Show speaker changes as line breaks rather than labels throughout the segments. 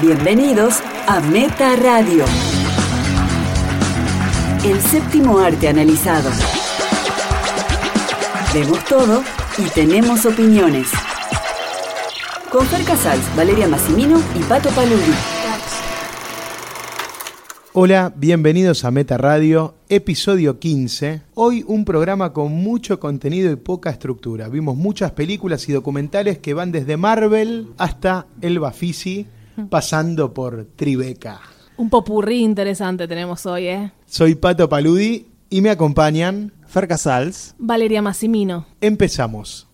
Bienvenidos a Meta Radio. El séptimo arte analizado. Vemos todo y tenemos opiniones. Con Fer Casals, Valeria Massimino y Pato Paludi.
Hola, bienvenidos a Meta Radio, episodio 15. Hoy un programa con mucho contenido y poca estructura. Vimos muchas películas y documentales que van desde Marvel hasta El Bafisi, pasando por Tribeca.
Un popurrí interesante tenemos hoy, ¿eh?
Soy Pato Paludi y me acompañan.
Fer Casals.
Valeria Massimino.
Empezamos.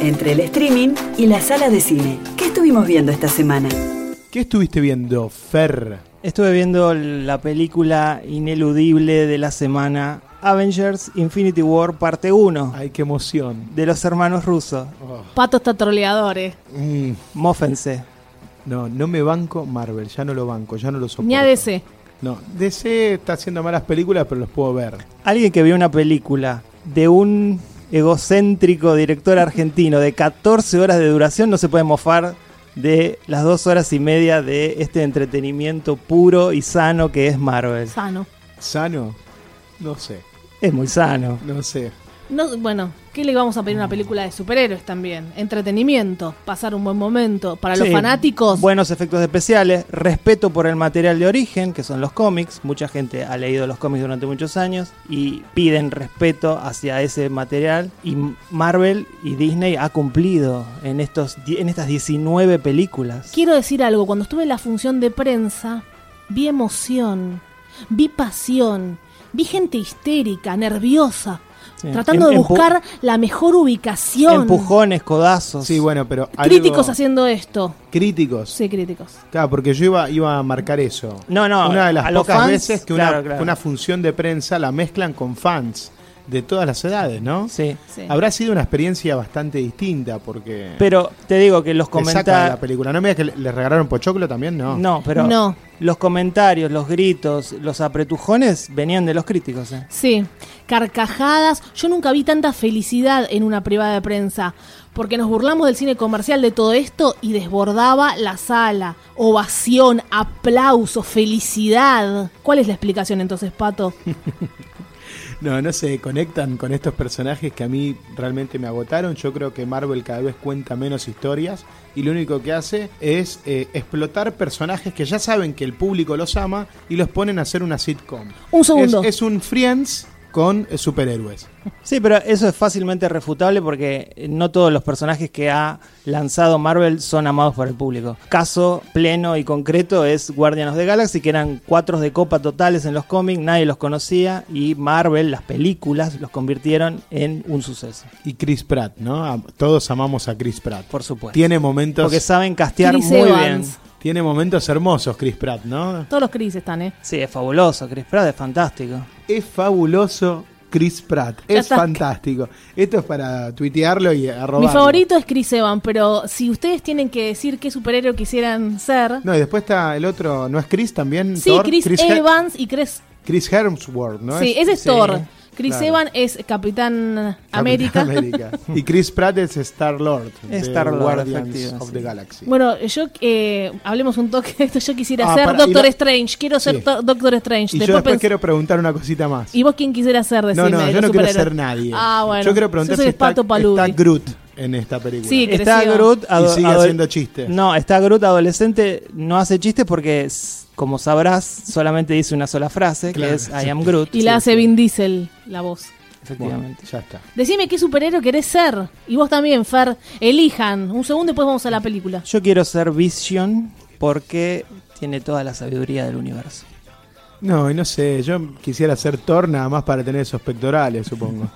Entre el streaming y la sala de cine. ¿Qué estuvimos viendo esta semana?
¿Qué estuviste viendo, Fer?
Estuve viendo la película ineludible de la semana, Avengers Infinity War parte 1,
Ay, qué emoción.
de los hermanos rusos.
Pato está troleador, ¿eh?
Mm,
Mófense.
no, no me banco Marvel, ya no lo banco, ya no lo soporto.
Ni ADC.
No, DC está haciendo malas películas, pero los puedo ver.
Alguien que vio una película de un egocéntrico director argentino de 14 horas de duración no se puede mofar de las dos horas y media de este entretenimiento puro y sano que es Marvel.
Sano.
¿Sano? No sé,
Es muy sano.
no sé.
No, bueno, ¿qué le vamos a pedir a una película de superhéroes también? Entretenimiento, pasar un buen momento. Para los
Sí.
fanáticos,
Buenos efectos especiales, respeto por el material de origen, que son los cómics. Mucha gente ha leído los cómics durante muchos años y piden respeto hacia ese material. Y Marvel y Disney ha cumplido en, estos, di- en estas 19 películas.
quiero decir algo. Cuando estuve en la función de prensa, vi emoción, vi pasión, vi gente histérica, nerviosa,
Sí.
tratando
Em-
de
empu-
buscar la mejor ubicación.
Empujones, codazos.
Sí, bueno, pero algo-
Críticos haciendo esto.
críticos.
Sí, críticos.
Claro, porque yo iba, iba a marcar eso.
No, no,
Una de las
a los
pocas
fans,
veces que una,
claro, claro.
que una función de prensa la mezclan con fans de todas las edades, ¿no?
Sí.
Sí.
Habrá sido una experiencia bastante distinta porque
Pero te digo que los
te saca de
comentarios...
la película. No me digas que le- le regalaron pochoclo también, ¿no?
No, pero
No.
los comentarios, los gritos, los apretujones venían de los críticos. eh.
Sí, carcajadas. Yo nunca vi tanta felicidad en una privada de prensa, porque nos burlamos del cine comercial de todo esto y desbordaba la sala. Ovación, aplauso, felicidad. ¿Cuál es la explicación entonces, Pato?
No, no se conectan con estos personajes que a mí realmente me agotaron. Yo creo que Marvel cada vez cuenta menos historias y lo único que hace es eh, explotar personajes que ya saben que el público los ama y los ponen a hacer una sitcom.
Un segundo.
Es, es un Friends con eh, superhéroes.
Sí, pero eso es fácilmente refutable porque no todos los personajes que ha lanzado Marvel son amados por el público. Caso pleno y concreto es Guardianos de Galaxy, que eran cuatro de copa totales en los cómics, nadie los conocía y Marvel, las películas, los convirtieron en un suceso,
Y Chris Pratt, ¿no? Am- Todos amamos a Chris Pratt.
por supuesto.
Tiene momentos,
porque saben castear
Chris
muy
Evans.
bien.
tiene momentos hermosos Chris Pratt, ¿no?
Todos los Cris están, ¿eh?
Sí, es fabuloso, Chris Pratt es fantástico.
Es fabuloso Chris Pratt.
Ya
Es
está.
fantástico. Esto es para tuitearlo y arrobarlo.
Mi favorito es Chris Evans, pero si ustedes tienen que decir qué superhéroe quisieran ser.
No, y después está el otro, ¿no es Chris también?
sí,
Thor?
Chris,
He-
Evans y Chris.
Chris Hemsworth, ¿no?
sí,
es
ese es
sí,
Thor. Chris
claro.
Evans es Capitán América.
Capitán América. Y Chris Pratt es Star-Lord. de
Star-Lord,
Guardians
efectivo,
of
sí.
the Galaxy.
Bueno, yo eh, hablemos un toque de esto. Yo quisiera
Ah,
ser
para- y
Doctor
la-
Strange. Quiero ser
Sí.
to- Doctor Strange.
y yo después
pens-
quiero preguntar una cosita más.
¿Y vos quién quisiera ser?
no,
Decime,
no, yo
de los
no quiero
superhéroes?
ser nadie.
Ah, bueno.
Yo quiero preguntar
Yo soy
si
el
está,
Pato Paludi.
está Groot en esta película.
Sí. Y
Está
creció.
Groot
Y
ado-
sigue
ado-
haciendo chistes.
No, está Groot adolescente, no hace chistes porque, s- como sabrás, solamente dice una sola frase,
Claro.
que es I am Groot.
Y la
Sí,
hace Vin Diesel, la voz.
Bueno,
Efectivamente.
ya está.
Decime qué superhéroe querés ser. Y vos también, Fer. Elijan. Un segundo y después vamos a la película.
Yo quiero ser Vision porque tiene toda la sabiduría del universo.
No, y no sé, yo quisiera hacer Thor nada más para tener esos pectorales, supongo.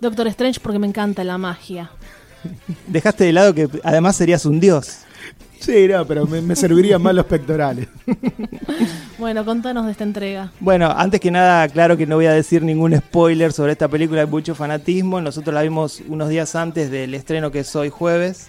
Doctor Strange porque me encanta la magia.
Dejaste de lado que además serías un dios.
sí, no, pero me, me servirían más los pectorales.
Bueno, contanos de esta entrega.
Bueno, antes que nada, claro que no voy a decir ningún spoiler sobre esta película, hay mucho fanatismo. Nosotros la vimos unos días antes del estreno que es hoy jueves.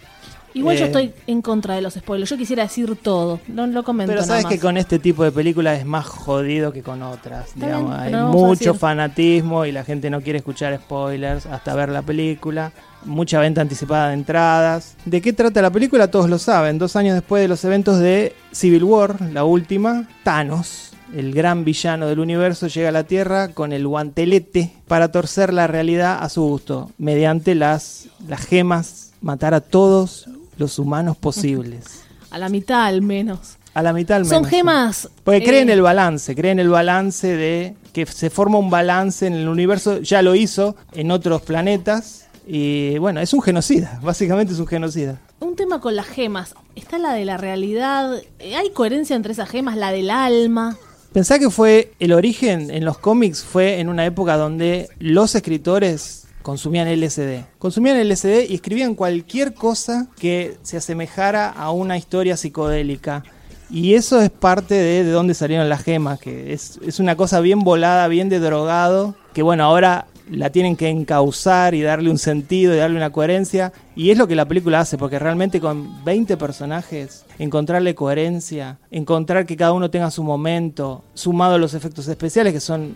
Igual yo
Eh,
estoy en contra de los spoilers. Yo quisiera decir todo. No lo comento.
Pero
nada
sabes
más.
que con este tipo de películas es más jodido que con otras.
Está
digamos.
bien,
Hay
pero no vamos a
mucho
decir-
fanatismo y la gente no quiere escuchar spoilers hasta ver la película. Mucha venta anticipada de entradas. ¿De qué trata la película? Todos lo saben. Dos años después de los eventos de Civil War, la última, Thanos, el gran villano del universo, llega a la Tierra con el guantelete para torcer la realidad a su gusto, mediante las, las gemas, matar a todos los humanos posibles.
A la mitad al menos.
A la mitad al menos.
Son gemas.
Porque creen
eh,
el balance, creen el balance de que se forma un balance en el universo, ya lo hizo en otros planetas y bueno, es un genocida, básicamente es un genocida.
Un tema con las gemas. Está la de la realidad. Eh, ¿Hay coherencia entre esas gemas? La del alma.
Pensá que fue el origen en los cómics fue en una época donde los escritores consumían LSD. Consumían LSD y escribían cualquier cosa que se asemejara a una historia psicodélica. Y eso es parte de, de dónde salieron las gemas, que es, es una cosa bien volada, bien de drogado, que bueno, ahora la tienen que encauzar y darle un sentido y darle una coherencia. Y es lo que la película hace, porque realmente con 20 personajes, encontrarle coherencia, encontrar que cada uno tenga su momento, sumado a los efectos especiales que son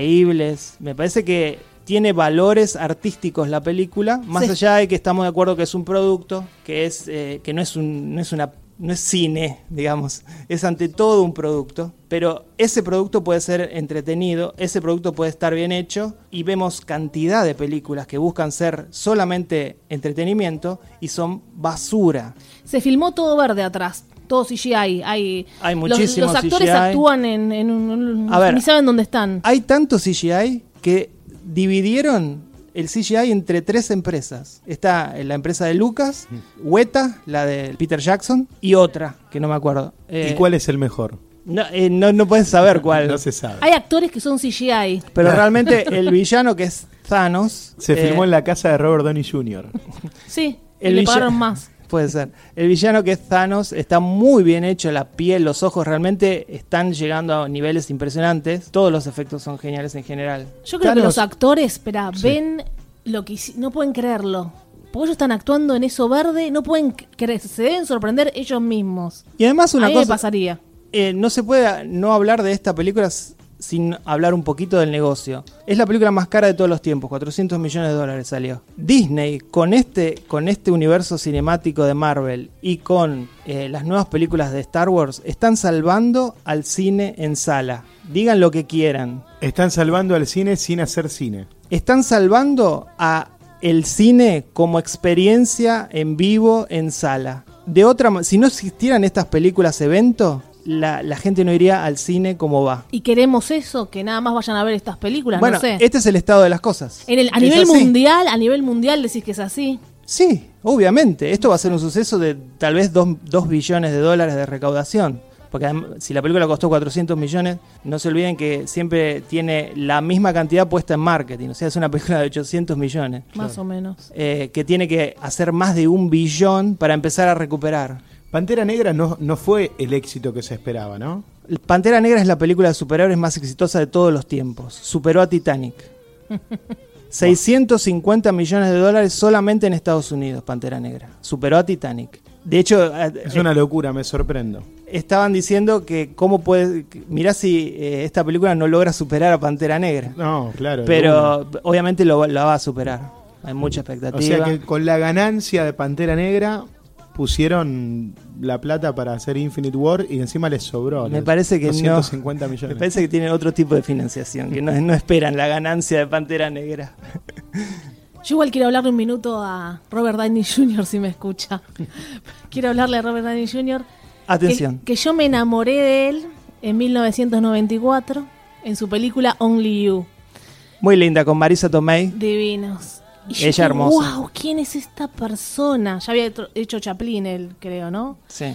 increíbles, me parece que tiene valores artísticos la película, más
Sí.
allá de que estamos de acuerdo que es un producto, que, es, eh, que no, es un, no es una... No es cine, digamos, es ante todo un producto, pero ese producto puede ser entretenido, ese producto puede estar bien hecho y vemos cantidad de películas que buscan ser solamente entretenimiento y son basura.
Se filmó todo verde atrás. Todo CGI. Hay,
Hay
los-
muchísimo
Los, actores
CGI.
actúan en, en un, un-
A ver.
Ni saben dónde están.
Hay tanto CGI que dividieron el CGI entre tres empresas. Está la empresa de Lucas,
Mm.
Weta, la de Peter Jackson, y otra, que no me acuerdo.
¿Y
Eh,
cuál es el mejor?
No, eh, no, no puedes saber cuál.
No se sabe.
Hay actores que son CGI.
Pero realmente el villano que es Thanos...
Se
eh,
filmó en la casa de Robert Downey Jr.
Sí. y
El
le
villa-
pagaron más.
Puede ser. El villano que es Thanos está muy bien hecho, la piel, los ojos realmente están llegando a niveles impresionantes. Todos los efectos son geniales en general.
Yo creo que
Thanos-
los actores, espera, ven lo que hici- no pueden creerlo. Porque ellos están actuando en eso verde, no pueden creer, se deben sorprender ellos mismos.
Y además una
a mí me
cosa...
pasaría.
Eh, no se puede no hablar de esta película s- sin hablar un poquito del negocio. Es la película más cara de todos los tiempos, 400 millones de dólares salió. Disney, con este, con este universo cinemático de Marvel y con eh, las nuevas películas de Star Wars, están salvando al cine en sala. Digan lo que quieran.
Están salvando al cine sin hacer cine.
Están salvando a el cine como experiencia en vivo en sala. De otra ma- si no existieran estas películas evento, la, la gente no iría al cine como va.
Y queremos eso, que nada más vayan a ver estas películas,
Bueno,
no sé.
este es el estado de las cosas.
En el, a
Es
nivel
así.
mundial, a nivel mundial decís que es así.
Sí, obviamente. Esto va a ser un suceso de tal vez 2 billones de dólares de recaudación. Porque adem- si la película costó 400 millones, no se olviden que siempre tiene la misma cantidad puesta en marketing. O sea, es una película de 800 millones.
Más o menos.
eh, que tiene que hacer más de un billón para empezar a recuperar.
Pantera Negra no, no fue el éxito que se esperaba, ¿no?
Pantera Negra es la película de superhéroes más exitosa de todos los tiempos. Superó a Titanic. 650 millones de dólares solamente en Estados Unidos, Pantera Negra. Superó a Titanic. De hecho, eh,
Es una locura, me sorprendo.
estaban diciendo que cómo puede... que- Mirá si eh, esta película no logra superar a Pantera Negra.
No, claro. de una.
Pero obviamente lo, la va a superar. Hay mucha expectativa.
O sea que con la ganancia de Pantera Negra pusieron la plata para hacer Infinite War y encima les sobró.
Me
les-
parece que no.
250 millones.
Me parece que tienen otro tipo de financiación, que no, no esperan la ganancia de Pantera Negra.
Yo igual quiero hablarle un minuto a Robert Downey Jr. si me escucha. quiero hablarle a Robert Downey Jr.
Atención.
Que, que yo me enamoré de él en 1994 en su película Only You.
Muy linda, con Marisa Tomei.
Divinos.
Ella hermosa.
Wow, ¿quién es esta persona? Ya había tro- hecho Chaplin él, creo, ¿no?
Sí.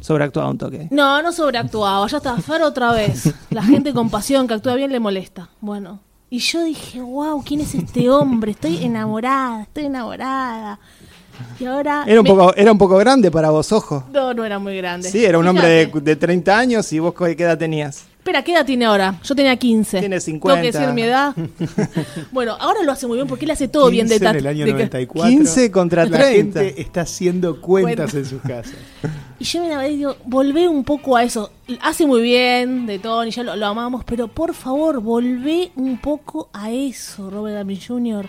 Sobreactuado un toque.
No, no sobreactuaba, ya está, Faro otra vez. La gente con pasión que actúa bien le molesta. Bueno. Y yo dije, wow, ¿quién es este hombre? Estoy enamorada, estoy enamorada. Y ahora.
Era un,
Ah, me-
poco, era un poco grande para vos, ojo.
No, no era muy grande.
Sí, era un hombre de,
Fíjate.
de 30 años y vos co- qué edad tenías.
Espera, ¿qué edad tiene ahora? Yo tenía 15.
Tiene 50.
Tengo que decir mi edad. bueno, ahora lo hace muy bien porque él hace todo bien de
15 en
tat-
el año
de ca-
94.
15 contra 30.
La gente está haciendo cuentas en sus casas.
Y yo me la digo, volvé un poco a eso. Hace muy bien de Tony, ya lo, lo amamos, pero por favor, volvé un poco a eso, Robert Downey Jr.,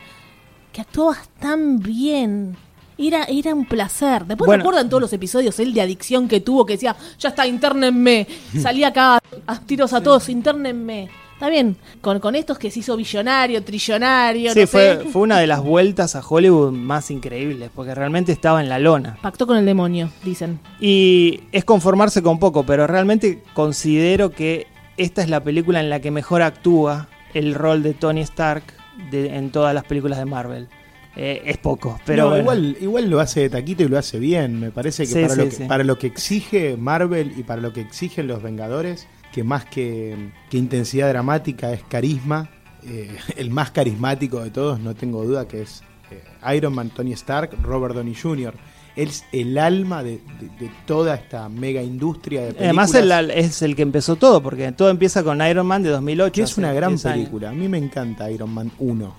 que actuabas tan bien. Era, era un placer. Después
Bueno.
recuerdan todos los episodios, él de adicción que tuvo, que decía, ya está, internenme. Salía acá a, a tiros a todos, internenme. Está bien, con, con estos que se hizo billonario, trillonario,
Sí,
no
fue,
sé.
fue una de las vueltas a Hollywood más increíbles, porque realmente estaba en la lona.
Pactó con el demonio, dicen.
Y es conformarse con poco, pero realmente considero que esta es la película en la que mejor actúa el rol de Tony Stark de- en todas las películas de Marvel. Eh, es poco, pero
No,
bueno.
igual, igual lo hace de taquito y lo hace bien. Me parece que,
Sí,
para,
sí,
lo que
sí.
para lo que exige Marvel y para lo que exigen los Vengadores, que más que, que intensidad dramática es carisma. eh, el más carismático de todos, no tengo duda, que es eh, Iron Man, Tony Stark, Robert Downey Jr. Él es el alma de, de- de toda esta mega industria de películas.
Además él al- es Eh, el que empezó todo, porque todo empieza con Iron Man de 2008.
que es
hace
una gran
10 años.
película. A mí me encanta Iron Man 1.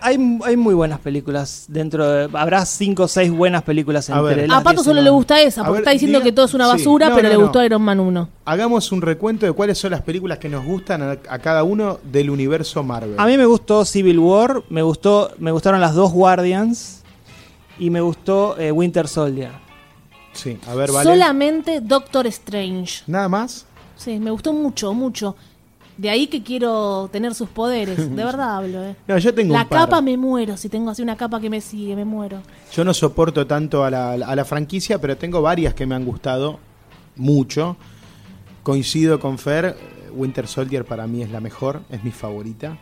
Hay, hay muy buenas películas dentro de... Habrá cinco o seis buenas películas
A ver.
entre las
A Pato
10
solo le
semanas.
gusta esa,
A
porque
ver,
está diciendo
diga-
que todo es una
sí.
basura,
No,
pero
no,
le
no.
gustó Iron Man 1.
Hagamos un recuento de cuáles son las películas que nos gustan a, a cada uno del universo Marvel.
A mí me gustó Civil War, me gustó, me gustaron las dos Guardians y me gustó eh, Winter Soldier.
Sí, a ver, vale.
Solamente Doctor Strange.
Nada más.
Sí, me gustó mucho, mucho. De ahí que quiero tener sus poderes. De verdad hablo, eh.
No, yo tengo
La
un par.
capa me muero. Si tengo así una capa que me sigue, me muero.
Yo no soporto tanto a la, a la franquicia, pero tengo varias que me han gustado mucho. Coincido con Fer, Winter Soldier para mí es la mejor, es mi favorita.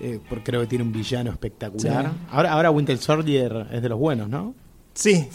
eh, porque creo que tiene un villano espectacular.
Sí.
Ahora, ahora Winter Soldier es de los buenos, ¿no?
Sí,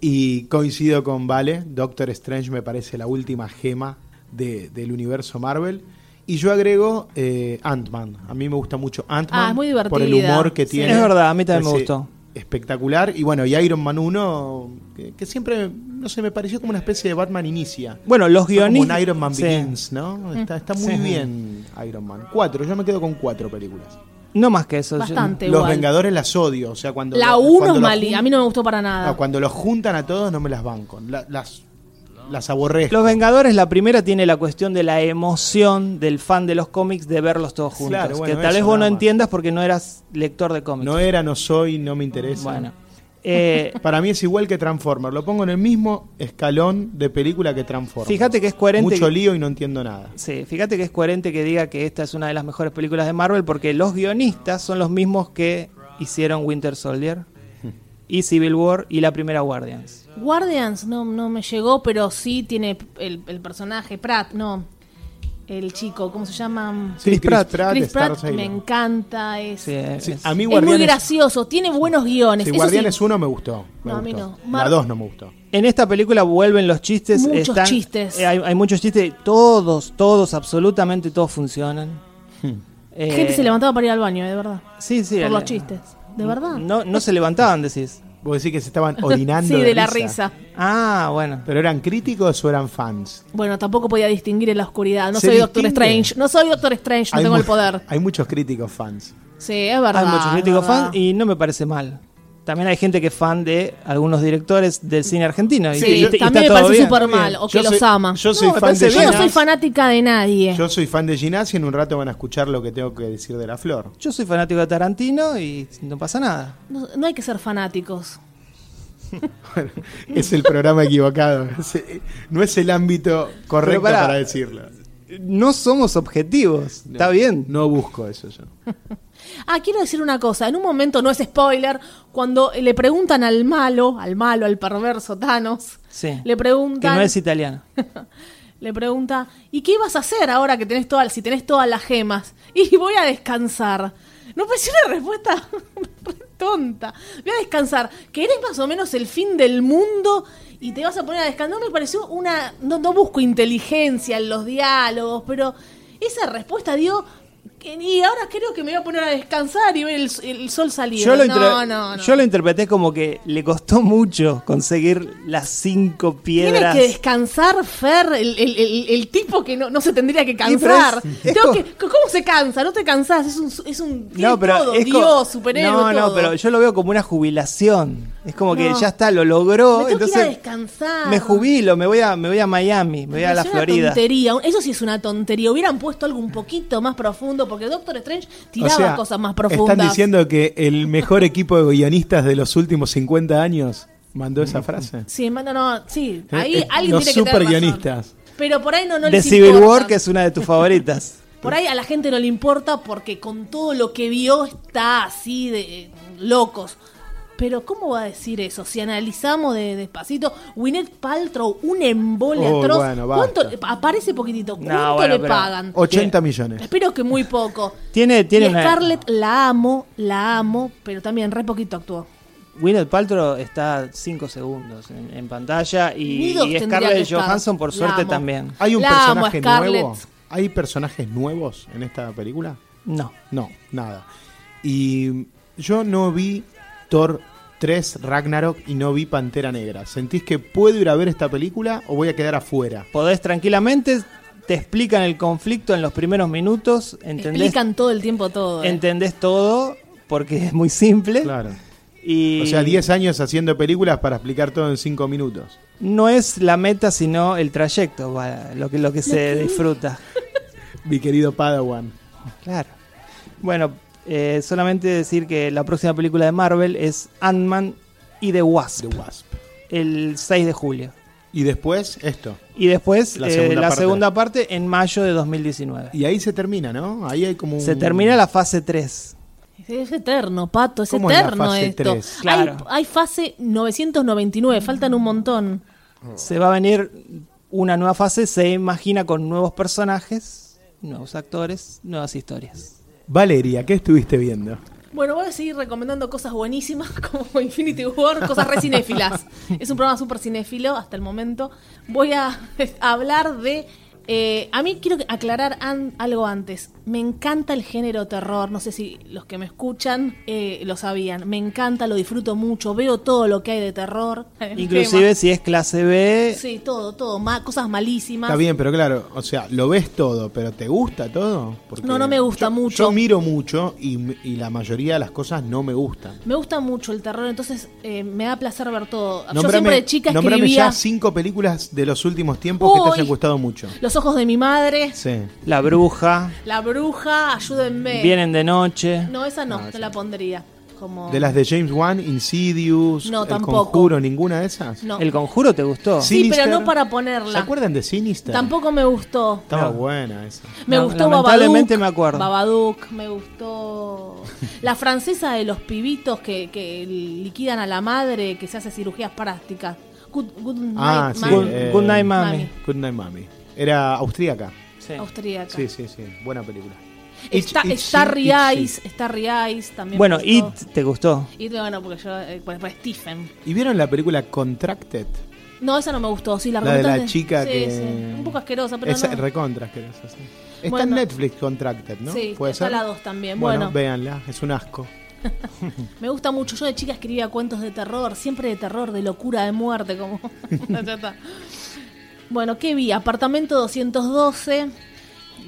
Y coincido con Vale, Doctor Strange me parece la última gema de- del universo Marvel. Y yo agrego eh, Ant-Man. A mí me gusta mucho Ant-Man.
Ah, es muy
Por el
divertida.
humor que
Sí.
tiene.
Es verdad, a mí también me
Parece
gustó.
Espectacular. Y bueno, y Iron Man 1, que, que siempre, no sé, me pareció como una especie de Batman Inicia.
Bueno, los
Fue como
guionistas.
un Iron Man
sí.
Begins, ¿no? Está, está muy
Sí.
bien Iron Man. Cuatro, yo me quedo con cuatro películas.
No más que eso. yo-
Bastante
Los
igual.
Vengadores las odio. O sea, cuando.
La
lo-
1
cuando
es
lo
mali.
jun-
A mí no me gustó para nada.
no, cuando los juntan a todos no me las banco. La- las, las aborrezco.
Los Vengadores, la primera tiene la cuestión de la emoción del fan de los cómics de verlos todos juntos.
Claro, bueno,
que tal
eso
vez vos
nada
no
más.
entiendas porque no eras lector de cómics.
No era, no soy, no me interesa.
bueno. Eh,
Para mí es igual que Transformer. Lo pongo en el mismo escalón de película que Transformer.
Fíjate que es coherente
Mucho
que-
lío y no entiendo nada.
Sí, fíjate que es coherente que diga que esta es una de las mejores películas de Marvel porque los guionistas son los mismos que hicieron Winter Soldier y Civil War y la primera Guardians.
Guardians no, no me llegó, pero sí tiene el, el personaje Pratt, no. El chico, ¿cómo se llama?
Sí,
Chris Pratt.
Chris
Star
Pratt,
Sailor.
me encanta ese.
Sí,
Sí,
es-
a mí
Es muy
Guardianes,
gracioso, tiene buenos guiones.
sí,
eso sí.
Guardianes 1 me gustó. me
No, a mí
gustó.
no. Mar-
La 2 no me gustó.
En esta película vuelven los chistes.
Muchos
están-
chistes.
eh, hay, hay muchos chistes. Todos, todos, absolutamente todos funcionan. Eh,
Gente se levantaba para ir al baño, eh, de verdad.
Sí, sí.
por
el-
los chistes. ¿De verdad?
No, no se levantaban, decís.
Vos decís que se estaban orinando.
sí, de la risa.
Ah, bueno.
¿Pero eran críticos o eran fans?
Bueno, tampoco podía distinguir en la oscuridad. No
Se
soy Doctor
distingue.
Strange. No soy Doctor Strange, no
Hay
tengo
mu-
el poder.
Hay muchos críticos fans.
Sí, es verdad.
hay muchos
es
críticos
verdad.
fans y no me parece mal. También hay gente que es fan de algunos directores del cine argentino. y-
Sí,
y- y está
también me
todo
parece
bien.
súper
bien.
mal. O
Yo
que
soy-
los ama.
yo soy
No, me
fan de
parece bien. Yo no
Ginás.
soy fanática de nadie.
Yo soy fan de Ginás y en un rato van a escuchar lo que tengo que decir de la flor.
Yo soy fanático de Tarantino y no pasa nada.
No, no hay que ser fanáticos.
Es el programa equivocado. Es- eh, No es el ámbito correcto
Pero pará.
para decirlo.
No somos objetivos, está bien.
No busco eso yo.
Ah, quiero decir una cosa. En un momento, no es spoiler, cuando le preguntan al malo, al malo, al perverso Thanos,
Sí.
le
Que
preguntan...
no es italiano.
Le pregunta, ¿y qué vas a hacer ahora que tenés todas, si tenés todas las gemas? Y voy a descansar. No pareció una respuesta re tonta. Voy a descansar. Que eres más o menos el fin del mundo y te vas a poner a descansar. No me pareció una. No, no busco inteligencia en los diálogos, pero esa respuesta dio. Y ahora creo que me voy a poner a descansar y ver el, el sol salir.
Yo lo, inter-
no, no, no.
yo lo interpreté como que le costó mucho conseguir las cinco
Tiene
piedras.
que descansar, Fer, el, el- el- el tipo que no, no se tendría que cansar.
pero es- es
Tengo
co-
que- ¿Cómo se cansa? No te cansás, es un, es un tiene todo,
es co-
Dios, superhéroe.
No, no,
todo.
pero yo lo veo como una jubilación. Es como que
No.
ya está, lo
Me tengo
logró.
que ir a
entonces
descansar.
me jubilo, me voy a, me voy a Miami, me voy a la
Es una
Florida.
tontería. Eso sí es una tontería. Hubieran puesto algo un poquito más profundo, porque Doctor Strange tiraba
O sea,
cosas más profundas.
Están diciendo que el mejor equipo de guionistas de los últimos 50 años mandó esa frase.
Sí, manda, no, sí.
Eh,
Ahí
eh,
alguien
los
tiene que tener razón.
superguionistas.
Pero por ahí no, no
de
les
Civil
importa.
War, que es una de tus favoritas.
Por ahí a la gente no le importa porque con todo lo que vio está así de eh, locos. Pero ¿cómo va a decir eso? Si analizamos de, despacito, Winnet Paltrow, un embole
Oh,
atroz.
bueno, basta.
¿Cuánto le- aparece poquitito? ¿Cuánto
bueno,
le
pero-
pagan? Eh,
80 millones.
Espero que muy poco.
Tiene, tiene
Y
una.
Scarlett la amo, la amo, pero también re poquito actuó.
Gwyneth Paltrow está 5 segundos en, en pantalla y,
Ni dos
y
tendría que
Scarlett
estar.
Johansson, por
La
suerte,
amo.
también.
¿Hay un
La amo,
personaje
Scarlett.
nuevo? ¿Hay personajes nuevos en esta película?
No.
No, nada. Y yo no vi Thor 3 Ragnarok y no vi Pantera Negra. ¿Sentís que puedo ir a ver esta película o voy a quedar afuera?
Podés tranquilamente, te explican el conflicto en los primeros minutos, entendés,
Explican todo el tiempo todo. eh.
entendés todo porque es muy simple.
Claro.
Y
O sea, 10 años haciendo películas para explicar todo en 5 minutos.
No es la meta, sino el trayecto, va, lo que, lo que se disfruta.
Mi querido Padawan.
Claro. Bueno, eh, solamente decir que la próxima película de Marvel es Ant-Man y The Wasp,
The Wasp.
el 6 de julio.
Y después esto.
Y después eh,
La
la, segunda,
segunda parte.
parte. en mayo de 2019.
Y ahí se termina, ¿no? Ahí hay como un...
Se termina la fase 3.
Es eterno, Pato, es
¿Cómo es la
eterno
fase
esto.
tres?
Claro.
Hay, hay fase 999, faltan un montón.
Se va a venir una nueva fase, se imagina con nuevos personajes, nuevos actores, nuevas historias.
Valeria, ¿qué estuviste viendo?
Bueno, voy a seguir recomendando cosas buenísimas como Infinity War, cosas re cinéfilas. Es un programa súper cinéfilo hasta el momento. Voy a hablar de... eh, a mí quiero aclarar an- algo antes. Me encanta el género terror. No sé si los que me escuchan eh, lo sabían. Me encanta, lo disfruto mucho. Veo todo lo que hay de terror.
Inclusive si es clase B,
Sí, todo, todo. ma- cosas malísimas.
Está bien, pero claro, o sea, lo ves todo, pero ¿te gusta todo? Porque
No, no me gusta
yo-
mucho.
Yo miro mucho y, y la mayoría de las cosas no me gustan.
Me gusta mucho el terror, entonces eh, me da placer ver todo. Yo
Nombrame-
siempre de chica
nombrame
escribía
ya cinco películas de los últimos tiempos que te
Uy.
hayan gustado mucho.
Los ojos de mi madre,
Sí.
La Bruja,
La bruja, ayúdenme.
Vienen de Noche.
No, esa no, no la pondría. Como...
De las de James Wan, Insidious,
No,
El
tampoco.
Conjuro, ninguna de esas.
No.
¿El Conjuro te gustó?
Sí, pero
Sinister.
no para ponerla.
¿Se acuerdan de Sinister?
Tampoco me gustó.
Estaba
No.
buena esa.
Me
No,
gustó
lamentablemente
Babadook.
me acuerdo.
Babadook, me gustó. La francesa de los pibitos que, que liquidan a la madre, que se hace cirugías plásticas. Good, Good
Ah,
Night
sí,
Mami,
Good,
eh,
Good Night Mami.
Mami.
Good Night Mami. Era austríaca.
Sí.
austríaca.
Sí, sí, sí. Buena película.
Está,
Itch-
está
Itchy,
Riais,
Itchy.
está Riais también.
Bueno,
me gustó.
It te gustó.
It, bueno, porque yo. eh, por, por Stephen.
¿Y vieron la película Contracted?
No, esa no me gustó. Sí, la,
La de la
recomendaste.
chica
Sí,
que.
sí, Un poco asquerosa, pero.
Esa-
no.
Recontra asquerosa, sí. Está en
Bueno.
Netflix Contracted, ¿no?
Sí,
¿Puede
está
ser?
la dos también.
Bueno,
Bueno.
véanla, es un asco.
Me gusta mucho. Yo de chica escribía cuentos de terror, siempre de terror, de locura, de muerte, como. Ya está. bueno, ¿qué vi? Apartamento 212.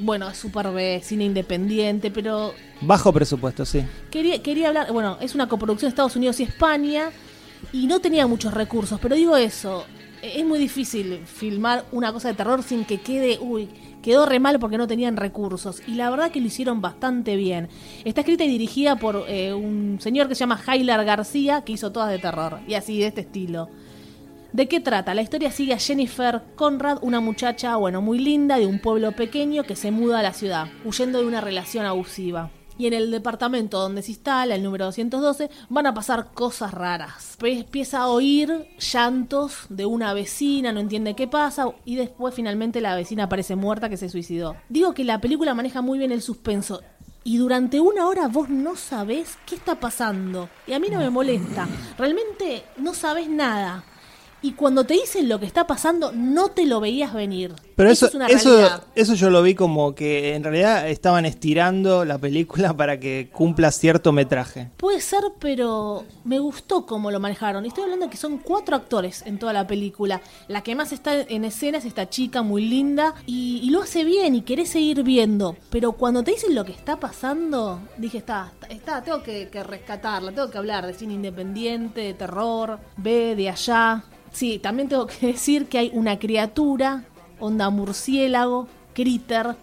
Bueno, es súper B, cine independiente, pero
Bajo presupuesto, sí.
Quería, quería hablar, bueno, es una coproducción de Estados Unidos y España y no tenía muchos recursos, pero digo eso, e- es muy difícil filmar una cosa de terror sin que quede, uy, quedó re mal porque no tenían recursos y la verdad que lo hicieron bastante bien. Está escrita y dirigida por eh, un señor que se llama Jailar García que hizo todas de terror y así de este estilo. ¿De qué trata? La historia sigue a Jennifer Conrad, una muchacha, bueno, muy linda de un pueblo pequeño que se muda a la ciudad, huyendo de una relación abusiva. Y en el departamento donde se instala, el número 212, van a pasar cosas raras. Pe- Empieza a oír llantos de una vecina, no entiende qué pasa, y después finalmente la vecina aparece muerta que se suicidó. Digo que la película maneja muy bien el suspenso. Y durante una hora vos no sabés qué está pasando. Y a mí no me molesta. Realmente no sabés nada. y cuando te dicen lo que está pasando, no te lo veías venir.
Pero eso,
es una
eso,
realidad.
eso yo lo vi como que en realidad estaban estirando la película para que cumpla cierto metraje.
Puede ser, pero me gustó cómo lo manejaron. Estoy hablando que son cuatro actores en toda la película. La que más está en escena es esta chica muy linda y, y lo hace bien y querés seguir viendo. Pero cuando te dicen lo que está pasando, dije, está, está, está, tengo que, que rescatarla, tengo que hablar de cine independiente, de terror, B, de allá. Sí, también tengo que decir que hay una criatura, onda murciélago, critter,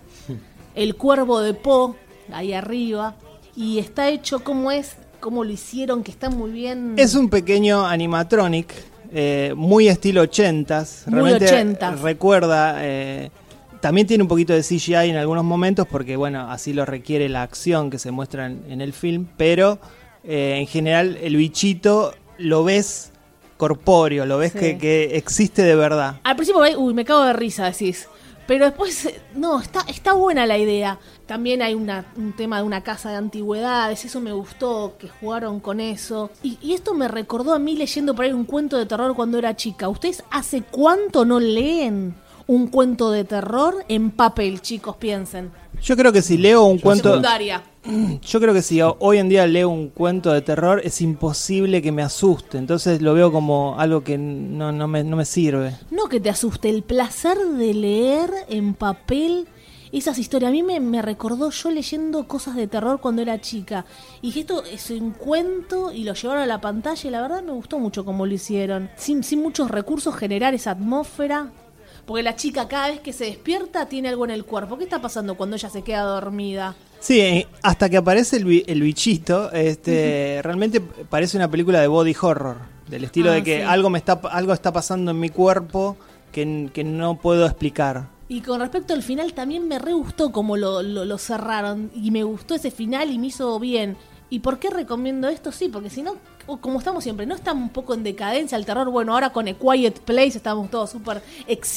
el cuervo de Po, ahí arriba, y está hecho como es, como lo hicieron, que está muy bien.
Es un pequeño animatronic, eh, muy estilo 80s.
Muy
Realmente
80s.
recuerda. eh, también tiene un poquito de CGI en algunos momentos porque, bueno, así lo requiere la acción que se muestra en, en el film. Pero eh, en general, el bichito lo ves corpóreo, lo ves
Sí.
que, que existe de verdad.
Al principio, por ahí, uy, me cago de risa, decís. Pero después, eh, no, está, está buena la idea. También hay una, un tema de una casa de antigüedades, eso me gustó, que jugaron con eso. Y, y esto me recordó a mí leyendo por ahí un cuento de terror cuando era chica. ¿Ustedes hace cuánto no leen un cuento de terror en papel, chicos? Piensen.
Mm. Yo creo que si leo un cuento.
Secundaria.
Yo creo que si ho- hoy en día leo un cuento de terror, es imposible que me asuste. Entonces lo veo como algo que no, no me, no me sirve.
No que te asuste, el placer de leer en papel esas historias. A mí me, me recordó yo leyendo cosas de terror cuando era chica. Y dije, esto es un cuento y lo llevaron a la pantalla y la verdad me gustó mucho cómo lo hicieron. Sin, sin muchos recursos generar esa atmósfera. Porque la chica cada vez que se despierta tiene algo en el cuerpo. ¿Qué está pasando cuando ella se queda dormida?
Sí, eh, hasta que aparece el, bi- el bichito, este, realmente parece una película de body horror. Del estilo
Ah,
de que
sí.
algo, me está, pa- algo está pasando en mi cuerpo que, n- que no puedo explicar.
Y con respecto al final, también me re gustó cómo lo, lo, lo cerraron. Y me gustó ese final y me hizo bien. ¿Y por qué recomiendo esto? Sí, porque si no, o como estamos siempre, ¿no está un poco en decadencia el terror? Bueno, ahora con A Quiet Place estamos todos súper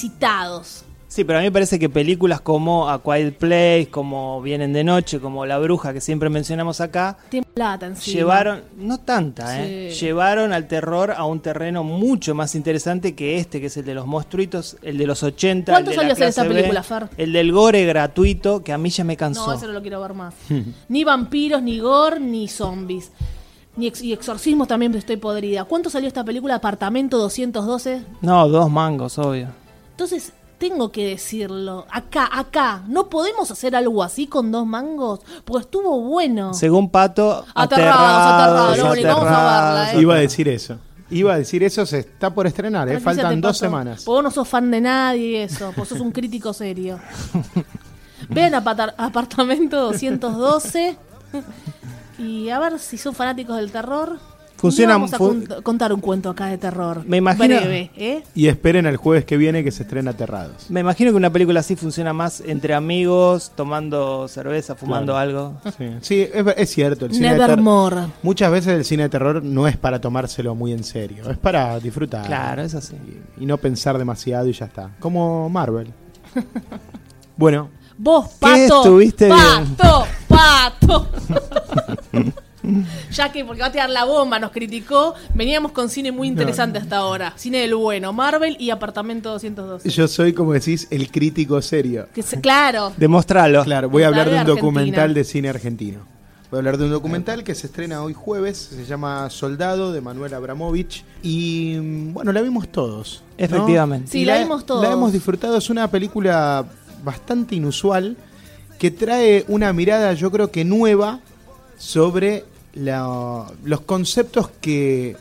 excitados.
Sí, pero a mí me parece que películas como A Quiet Place, como Vienen de Noche, como La Bruja, que siempre mencionamos acá,
Te la atención.
Llevaron, no tanta, ¿eh?
Sí.
llevaron al terror a un terreno mucho más interesante que este, que es el de los monstruitos, el de los 80.
¿Cuánto
el de la
salió a hacer
clase
esa
B,
película, Fer?
El del gore gratuito, que a mí ya me cansó.
No, eso no lo quiero ver más. ni vampiros, ni gore, ni zombies. Ni ex- y exorcismos también estoy podrida. ¿Cuánto salió esta película? Apartamento 212.
No, dos mangos, obvio.
Entonces, tengo que decirlo. Acá, acá. No podemos hacer algo así con dos mangos. Porque estuvo bueno.
Según Pato,
Aterrados,
aterrados,
aterrados, Loli,
vamos a verla,
aterrados.
eh.
Iba a decir eso. Iba a decir eso, se está por estrenar, ¿eh?
Tranquilízate,
faltan dos
Pato.
semanas.
Porque vos no sos fan de nadie, eso. Vos sos un crítico serio. Vean Apata- apartamento 212. Y a ver si son fanáticos del terror.
Funciona-
Vamos a
fun-
cont- contar un cuento acá de terror.
Me imagino-
Breve, ¿eh?
Y esperen al jueves que viene que se estrena Aterrados.
Me imagino que una película así funciona más entre amigos, tomando cerveza, fumando
Claro.
algo.
Sí, sí, es, es cierto. El cine de ter-
Nevermore.
Muchas veces el cine de terror no es para tomárselo muy en serio, es para disfrutar.
Claro, es así.
Y, y no pensar demasiado y ya está. Como Marvel. bueno,
Vos,
¿Qué
pato.
estuviste
pato, pato. ya que porque va a tirar la bomba, nos criticó. Veníamos con cine muy interesante hasta ahora. Cine del bueno, Marvel y Apartamento 212.
yo soy, como decís, el crítico serio.
Que se- claro.
Demostralo.
Claro, voy a hablar de un
Argentina.
documental de cine argentino. Voy a hablar de un documental que se estrena hoy jueves, se llama Soldado de Manuel Abramovich y mm, bueno, la vimos todos. ¿no?
Efectivamente.
Sí,
Y
la vimos todos.
La hemos disfrutado, es una película bastante inusual que trae una mirada yo creo que nueva sobre la- los conceptos que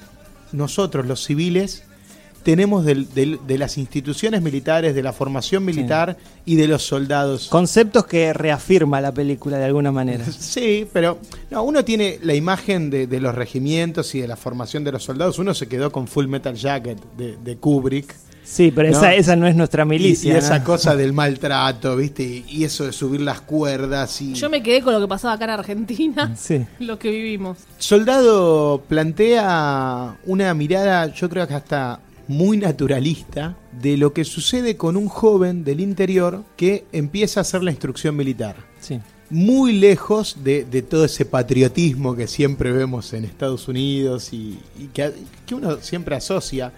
nosotros los civiles tenemos del- del- de las instituciones militares, de la formación militar y de los soldados.
Conceptos que reafirma la película de alguna manera.
Sí, pero no, uno tiene la imagen de, de los regimientos y de la formación de los soldados. Uno se quedó con Full Metal Jacket de, de Kubrick.
Sí, pero
¿No?
esa, esa no es nuestra milicia.
y, y
¿no?
esa cosa del maltrato, ¿viste? Y, y eso de subir las cuerdas. Y...
Yo me quedé con lo que pasaba acá en Argentina.
Sí.
Lo que vivimos.
Soldado plantea una mirada, yo creo que hasta muy naturalista, de lo que sucede con un joven del interior que empieza a hacer la instrucción militar.
Sí.
muy lejos de, de todo ese patriotismo que siempre vemos en Estados Unidos y, y que, que uno siempre asocia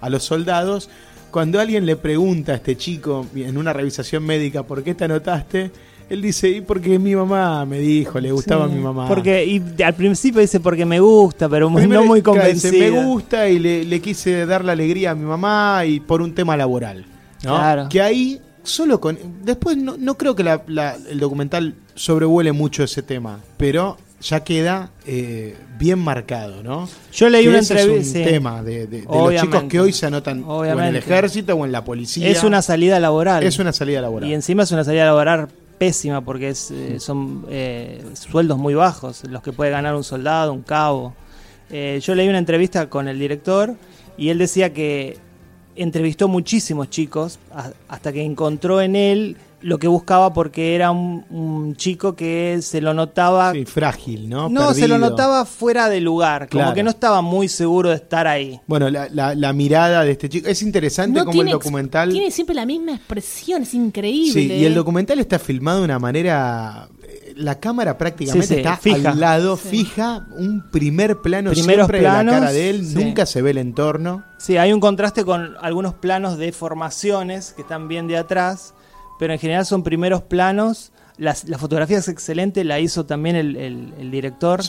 a los soldados. Cuando alguien le pregunta a este chico en una revisación médica por qué te anotaste, él dice, y porque mi mamá me dijo, le gustaba
Sí,
a mi mamá.
Porque y al principio dice porque me gusta, pero muy-
Primero
no muy
claro, dice,
convencido.
me gusta y le, le quise dar la alegría a mi mamá y por un tema laboral. ¿no?
Claro.
Que ahí, solo con. Después no, no creo que la- la- el documental sobrevuele mucho ese tema, pero ya queda eh, bien marcado, ¿no?
Yo leí
Que
una
ese Es un
entrevista.
tema de, de- de los
Obviamente.
chicos que hoy se anotan o en el
Obviamente.
ejército o en la policía.
Es una salida laboral.
es una salida laboral.
Y encima es una salida laboral pésima porque es, eh, son eh, sueldos muy bajos los que puede ganar un soldado, un cabo. Eh, yo leí una entrevista con el director y él decía que entrevistó muchísimos chicos a- hasta que encontró en él lo que buscaba porque era un, un chico que se lo notaba
Sí, frágil, ¿no?
No, se lo
Perdido.
notaba fuera de lugar,
Claro.
como que no estaba muy seguro de estar ahí.
Bueno, la, la- la mirada de este chico. Es interesante como el
ex-
documental.
Tiene siempre la misma expresión, es increíble.
Sí, y el
¿eh?
documental está filmado de una manera. eh, La cámara prácticamente
Sí, sí,
está
fija.
al lado, fija, un primer plano
Primeros
siempre de
planos,
la cara de él,
sí.
nunca se ve el entorno.
Sí, hay un contraste con algunos planos de formaciones que están bien de atrás, pero en general son primeros planos. Las- la fotografía es excelente, la hizo también el, el- el director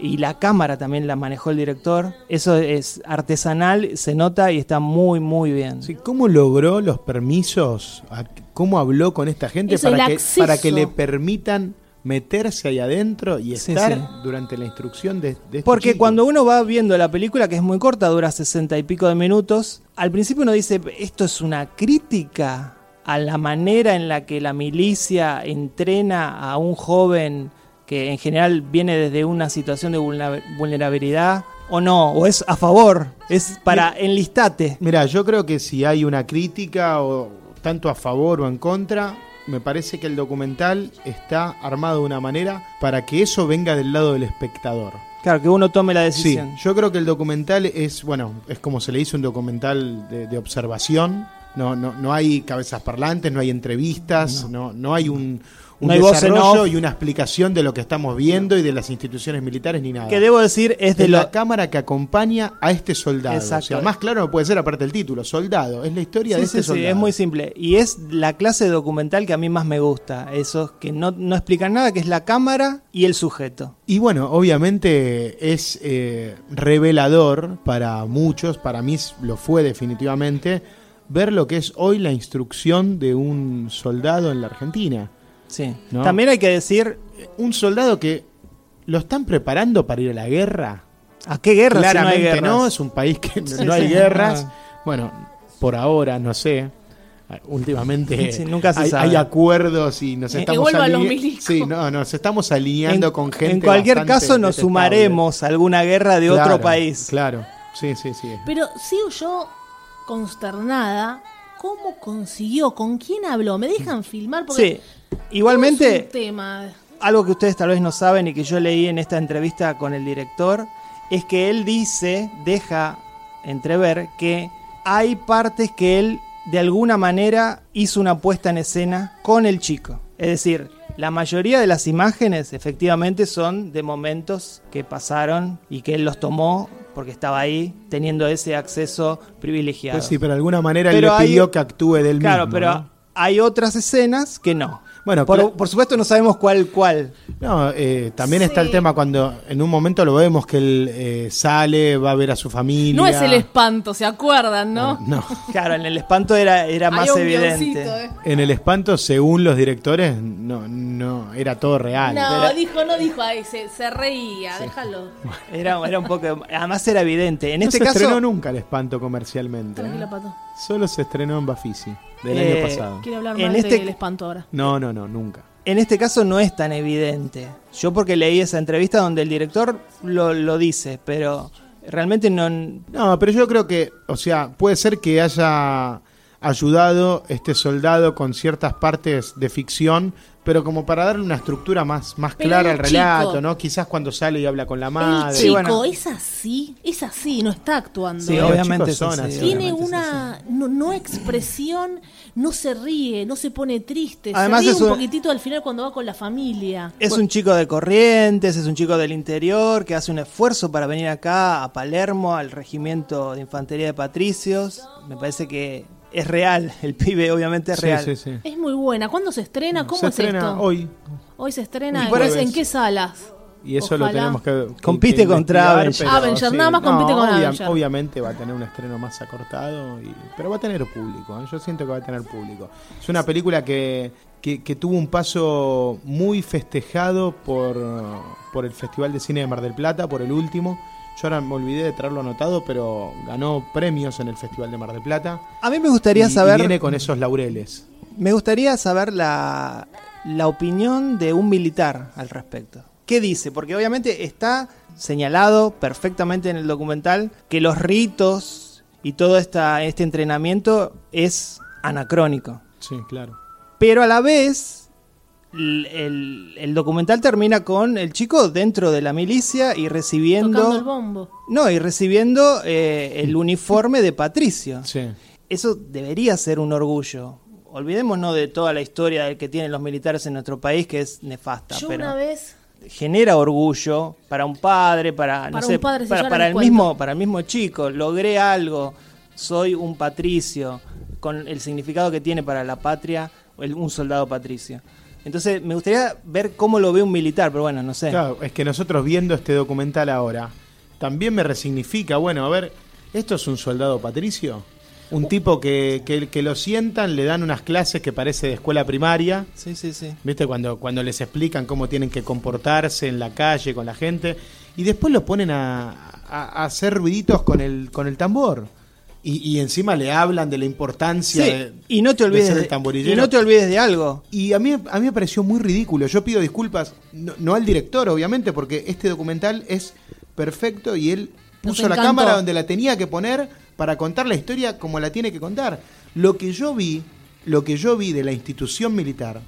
y la cámara también la manejó el director. Eso es artesanal, se nota y está muy, muy bien.
Sí, ¿Cómo logró los permisos? ¿A- ¿Cómo habló con esta gente
Eso,
para
el
que,
acceso.
para que le permitan meterse ahí adentro y
Sí,
estar
sí.
durante la instrucción de, de este
Porque
chico?
cuando uno va viendo la película, que es muy corta, dura sesenta y pico de minutos, al principio uno dice, esto es una crítica a la manera en la que la milicia entrena a un joven que en general viene desde una situación de vulna- vulnerabilidad, o no, o es a favor, es para enlistate.
Mira, yo creo que si hay una crítica, o tanto a favor o en contra, me parece que el documental está armado de una manera para que eso venga del lado del espectador.
Claro, que uno tome la
Sí,
decisión.
yo creo que el documental es, bueno, es como se le dice un documental de, de observación. No, no, no hay cabezas parlantes, no hay entrevistas, no, no, hay un, un
No hay voz en
desarrollo
off.
y una explicación de lo que estamos viendo y de las instituciones militares ni nada.
Que debo decir, es de
Es
lo...
la cámara que acompaña a este soldado.
Exacto.
O sea, más claro no puede ser aparte el título, soldado. Es la historia de
Sí,
este
sí, sí,
soldado.
es muy simple. Y es la clase de documental que a mí más me gusta. Esos que no, no explican nada, que es la cámara y el sujeto.
y bueno, obviamente es eh, revelador para muchos, para mí lo fue definitivamente, ver lo que es hoy la instrucción de un soldado en la Argentina.
Sí.
¿No?
También hay que decir
Un soldado que lo están preparando para ir a la guerra.
a qué guerra si no hay
Claramente
guerras?
no, es un país que no,
Sí,
no hay
sí. Ah.
guerras. Bueno, por ahora, no sé. Últimamente
Sí, nunca se
hay,
sabe. Eh,
hay acuerdos y nos
Que
estamos
vuelva a los
aline-
milicos.
Sí, no, nos estamos
En,
alineando con gente.
en cualquier
bastante
caso nos
detestable.
sumaremos a alguna guerra de
Claro,
otro país.
Claro, sí, sí, sí.
Pero sigo yo consternada. ¿Cómo consiguió? ¿Con quién habló? ¿Me dejan filmar?
Sí.
Porque es
Igualmente,
un tema.
algo que ustedes tal vez no saben y que yo leí en esta entrevista con el director, es que él dice, deja entrever, que hay partes que él de alguna manera hizo una puesta en escena con el chico. Es decir, la mayoría de las imágenes efectivamente son de momentos que pasaron y que él los tomó porque estaba ahí teniendo ese acceso privilegiado.
Pues sí, pero de alguna manera
Pero
él le
hay-
pidió que actúe del
claro,
mismo.
pero
¿no?
hay otras escenas que no.
Bueno,
por,
cla-
por supuesto no sabemos cuál cuál.
No, eh, también está el
Sí.
tema cuando en un momento lo vemos que él eh, sale, va a ver a su familia.
No es el espanto, ¿se acuerdan, no?
No.
Claro, en el espanto era, era más
Había un
evidente.
guioncito, ¿eh?
En el espanto, según los directores, no, no era todo real.
No,
Ah, Era-
dijo, no dijo, ahí se, se reía, déjalo.
Era, era un poco. Además era evidente. En
No
este
se
caso.
estrenó nunca el espanto comercialmente. ¿eh?
Tranquilo, Pato.
Solo se estrenó en Bafisi del
Eh,
año pasado.
Quiero hablar más
En este-
del espanto ahora.
No, no, no, nunca.
En este caso no es tan evidente. Yo porque leí esa entrevista donde el director lo, lo dice, pero realmente no.
No, pero yo creo que, o sea, puede ser que haya ayudado este soldado con ciertas partes de ficción, pero como para darle una estructura más, más
Pero
clara al
el
relato,
chico-
¿no? Quizás cuando sale y habla con la
el
madre.
chico
Sí, bueno.
es así, es así, no está actuando.
Sí,
No, los
obviamente
chicos
es
son
así,
así,
Tiene
obviamente es así.
una no, no expresión, no se ríe, no se pone triste,
Además
se ríe
es
un,
un-
poquitito al final cuando va con la familia.
Es un chico de Corrientes, es un chico del interior que hace un esfuerzo para venir acá a Palermo, al regimiento de infantería de patricios. Me parece que es real, el pibe obviamente es
Sí,
real.
sí, sí.
Es muy buena. ¿Cuándo se estrena?
Mm,
¿Cómo
Se
es
estrena
esto?
hoy
Hoy se estrena.
Y por
¿En-
ahí-
¿En qué salas?
y eso lo
Ojalá.
tenemos que. que-
Compite
que investigar,
contra Avenger.
pero
Avenger, nada más compite con Avenger.
Obviamente va a tener un estreno más acortado, y- pero va a tener público. ¿eh? Yo siento que va a tener público. Es una película que, que, que tuvo un paso muy festejado por, por el Festival de Cine de Mar del Plata, por el último. Yo ahora me olvidé de traerlo anotado, pero ganó premios en el Festival de Mar del Plata.
A mí me gustaría
Y- y
saber,
viene con esos laureles.
me gustaría saber la, la opinión de un militar al respecto. ¿Qué dice? Porque obviamente está señalado perfectamente en el documental que los ritos y todo esta, este entrenamiento es anacrónico.
Sí, claro.
Pero a la vez, l- el, el documental termina con el chico dentro de la milicia y
Tocando el
recibiendo.
bombo.
No, y recibiendo eh, el uniforme de Patricio.
Sí.
Eso debería ser un orgullo. Olvidémonos de toda la historia del que tienen los militares en nuestro país, que es nefasta.
Yo
pero
una vez
genera orgullo para un padre, para, no
Para
sé,
un padre se
para,
llora
para
el
el
cuento.
mismo, para el mismo chico, logré algo, soy un patricio, con el significado que tiene para la patria el- un soldado patricio. Entonces me gustaría ver cómo lo ve un militar, pero bueno, no sé.
Claro, es que nosotros viendo este documental ahora, también me resignifica, bueno, a ver, ¿esto es un soldado patricio? Un
Uh.
tipo que, que, que lo sientan, le dan unas clases que parece de escuela primaria,
Sí, sí, sí.
¿viste? Cuando, cuando les explican cómo tienen que comportarse en la calle con la gente, y después lo ponen a, a- a hacer ruiditos con el, con el tambor. Y, y encima le hablan de la importancia
Sí,
de,
y no te
de
olvides
ser el
de-
tamborillero.
y no te olvides de algo.
Y a mí, a mí me pareció muy ridículo. Yo pido disculpas, no, no al director, obviamente, porque este documental es perfecto y él
Nos
puso la
encantó.
cámara donde la tenía que poner para contar la historia como la tiene que contar. Lo que yo vi, lo que yo vi de la institución militar,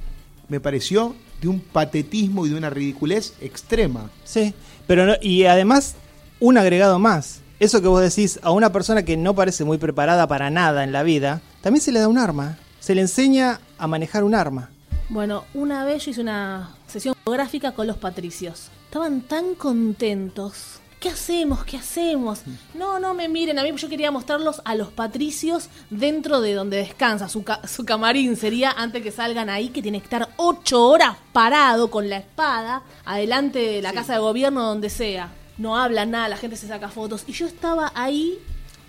me pareció de un patetismo y de una ridiculez extrema.
Sí, pero no- y además un agregado más. Eso que vos decís a una persona que no parece muy preparada para nada en la vida, también se le da un arma. Se le enseña a manejar un arma.
Bueno, una vez yo hice una sesión gráfica con los patricios. Estaban tan contentos. ¿Qué hacemos? ¿Qué hacemos? No, no me miren. A mí yo quería mostrarlos a los patricios dentro de donde descansa. Su, ca- su camarín sería antes que salgan ahí, que tiene que estar ocho horas parado con la espada, adelante de la casa de gobierno, donde sea. No hablan nada, la gente se saca fotos. Y yo estaba ahí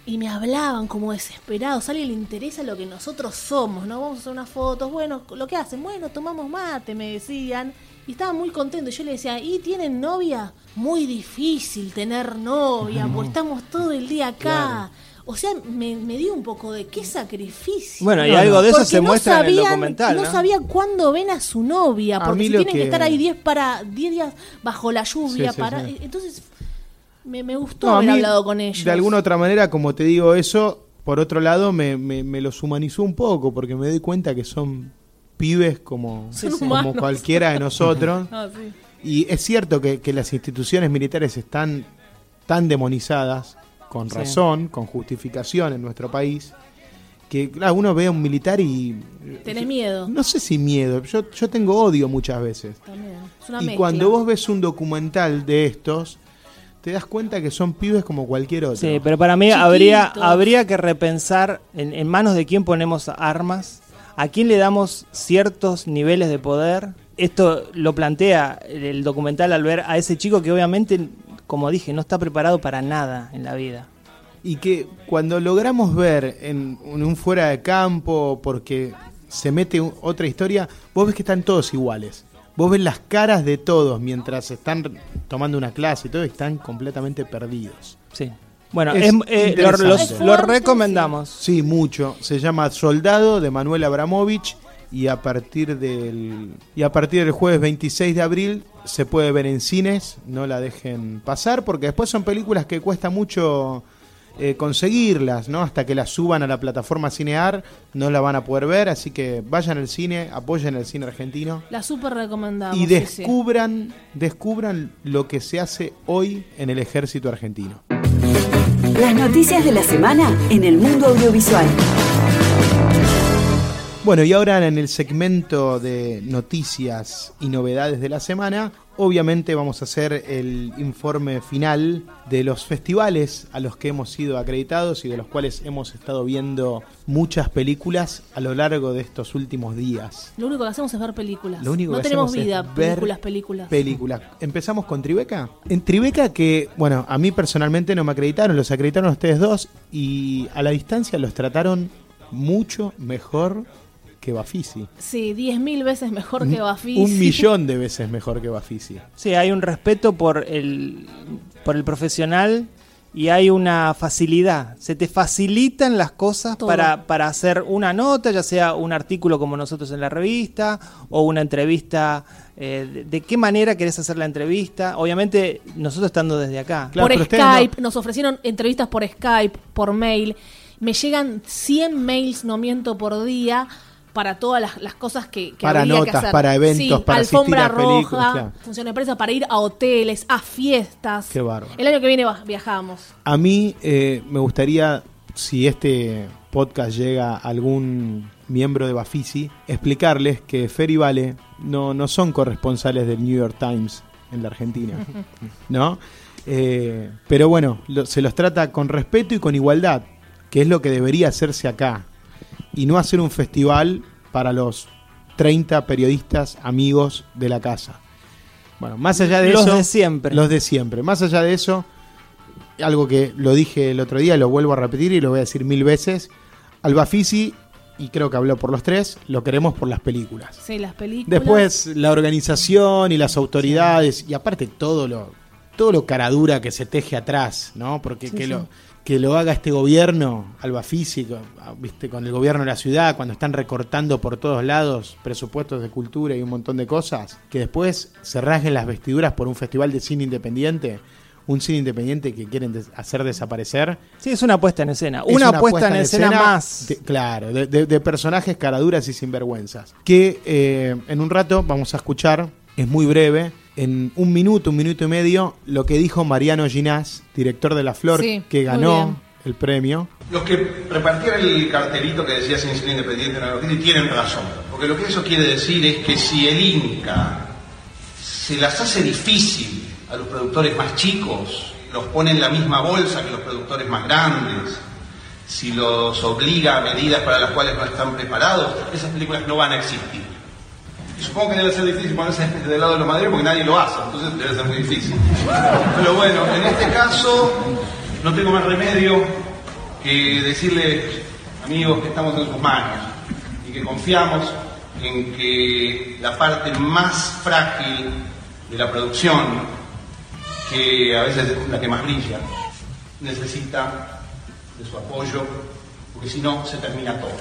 y me hablaban como desesperados. A alguien le interesa lo que nosotros somos, ¿no? Vamos a hacer unas fotos. Bueno, lo que hacen, bueno, tomamos mate, me decían. Y estaba muy contento. Yo le decía, ¿y tienen novia? Muy difícil tener novia, porque estamos todo el día acá. O sea, me, me dio un poco de qué sacrificio.
Bueno, y algo de eso
Porque
se muestra en el
sabían-
documental,
No,
¿no?
sabía cuándo ven a su novia,
A
porque
mí
si
lo
tienen que...
que-
estar ahí 10 para 10 días bajo la lluvia.
Sí, sí,
para...
sí.
Entonces, me, me gustó
No, a
haber
mí,
hablado con ellos.
De alguna otra manera, como te digo eso, por otro lado me, me- me los humanizó un poco, porque me doy cuenta que son pibes como,
Son
como
humanos.
cualquiera de nosotros.
Ah, sí.
Y es cierto que, que las instituciones militares están tan demonizadas, con
Sí.
razón, con justificación en nuestro país, que claro, uno ve a un militar y...
Tenés miedo.
No sé si miedo, yo, yo tengo odio muchas veces.
También. Es una
y
mezcla.
cuando vos ves un documental de estos, te das cuenta que son pibes como cualquier otro.
Sí, pero para mí
Chiquitos.
habría, habría que repensar en, en manos de quién ponemos armas, a quién le damos ciertos niveles de poder. Esto lo plantea el documental al ver a ese chico que obviamente, como dije, no está preparado para nada en la vida.
Y que cuando logramos ver en, en un fuera de campo, porque se mete u- otra historia, vos ves que están todos iguales. Vos ves las caras de todos mientras están tomando una clase y todo, y están completamente perdidos.
Sí. Bueno,
Es
es- eh, lo,
interesante.
los-
Es
lo
fuerte,
recomendamos.
Sí, mucho. Se llama Soldado de Manuel Abramovich y a partir del y a partir del jueves 26 de abril se puede ver en cines, no la dejen pasar porque después son películas que cuesta mucho eh, conseguirlas, ¿no? Hasta que las suban a la plataforma Cinear, no la van a poder ver, así que vayan al cine, apoyen el cine argentino
La super recomendamos.
y
sí, sí.
descubran, descubran lo que se hace hoy en el ejército argentino.
Las noticias de la semana en el mundo audiovisual.
Bueno, y ahora en el segmento de noticias y novedades de la semana, obviamente vamos a hacer el informe final de los festivales a los que hemos sido acreditados y de los cuales hemos estado viendo muchas películas a lo largo de estos últimos días.
Lo único que hacemos es ver películas.
Lo único
no
que
tenemos
hacemos
vida,
es ver
películas, películas.
películas. Empezamos con Tribeca. En Tribeca que, bueno, a mí personalmente no me acreditaron, los acreditaron a ustedes dos y a la distancia los trataron mucho mejor que Bafisi.
sí, 10.000 veces mejor que Bafisi.
Un millón de veces mejor que Bafisi.
Sí, hay un respeto por el, por el profesional y hay una facilidad. Se te facilitan las cosas
Todo.
para, para hacer una nota, ya sea un artículo como nosotros en la revista o una entrevista. eh, de, de qué manera querés hacer la entrevista? Obviamente, nosotros estando desde acá.
Claro, pero
por
ustedes
Skype, nos ofrecieron entrevistas por Skype, por mail. Me llegan 100 mails, no miento, por día para todas las, las cosas que, que
Para
había que
notas,
hacer.
para eventos,
Sí,
para asistir
alfombra
a películas,
roja,
claro.
función de prensa, para ir a hoteles, a fiestas.
Qué bárbaro.
El año que viene va- viajamos.
A mí eh, me gustaría, si este podcast llega a algún miembro de Bafisi, explicarles que Fer y Vale no, no son corresponsales del New York Times en la Argentina, ¿no? Eh, pero bueno, lo- se los trata con respeto y con igualdad, que es lo que debería hacerse acá, y no hacer un festival para los 30 periodistas amigos de la casa. Bueno, más allá de
Los
eso,
de siempre.
los de siempre. Más allá de eso, algo que lo dije el otro día, lo vuelvo a repetir y lo voy a decir mil veces. Albafisi, y creo que habló por los tres, lo queremos por las películas.
Sí, las películas.
Después, la organización y las autoridades, y aparte todo lo, todo lo caradura que se teje atrás, ¿no? Porque que, Lo, que lo haga este gobierno, Albafisi, con- ¿viste? con el gobierno de la ciudad, cuando están recortando por todos lados presupuestos de cultura y un montón de cosas, que después se rasguen las vestiduras por un festival de cine independiente, un cine independiente que quieren des- hacer desaparecer,
Sí, es una puesta en escena.
es
Una, puesta, en, escena, más.
de- claro, de, de- de personajes caraduras y sinvergüenzas. Que eh, en un rato vamos a escuchar, es muy breve, en un minuto, un minuto y medio, lo que dijo Mariano Ginás, director de La Flor,
Sí,
que
muy
ganó
bien.
el premio.
Los que repartían el cartelito que decía Sin Cine Independiente en la noticia tienen razón, porque lo que eso quiere decir es que si el Inca se las hace difícil a los productores más chicos, los pone en la misma bolsa que los productores más grandes, si los obliga a medidas para las cuales no están preparados, esas películas no van a existir. Y supongo que debe ser difícil ponerse del lado de los maderos porque nadie lo hace, entonces debe ser muy difícil. Pero bueno, en este caso no tengo más remedio que decirles, amigos, que estamos en sus manos y que confiamos en que la parte más frágil de la producción, que a veces es la que más brilla, necesita de su apoyo, porque si no se termina todo.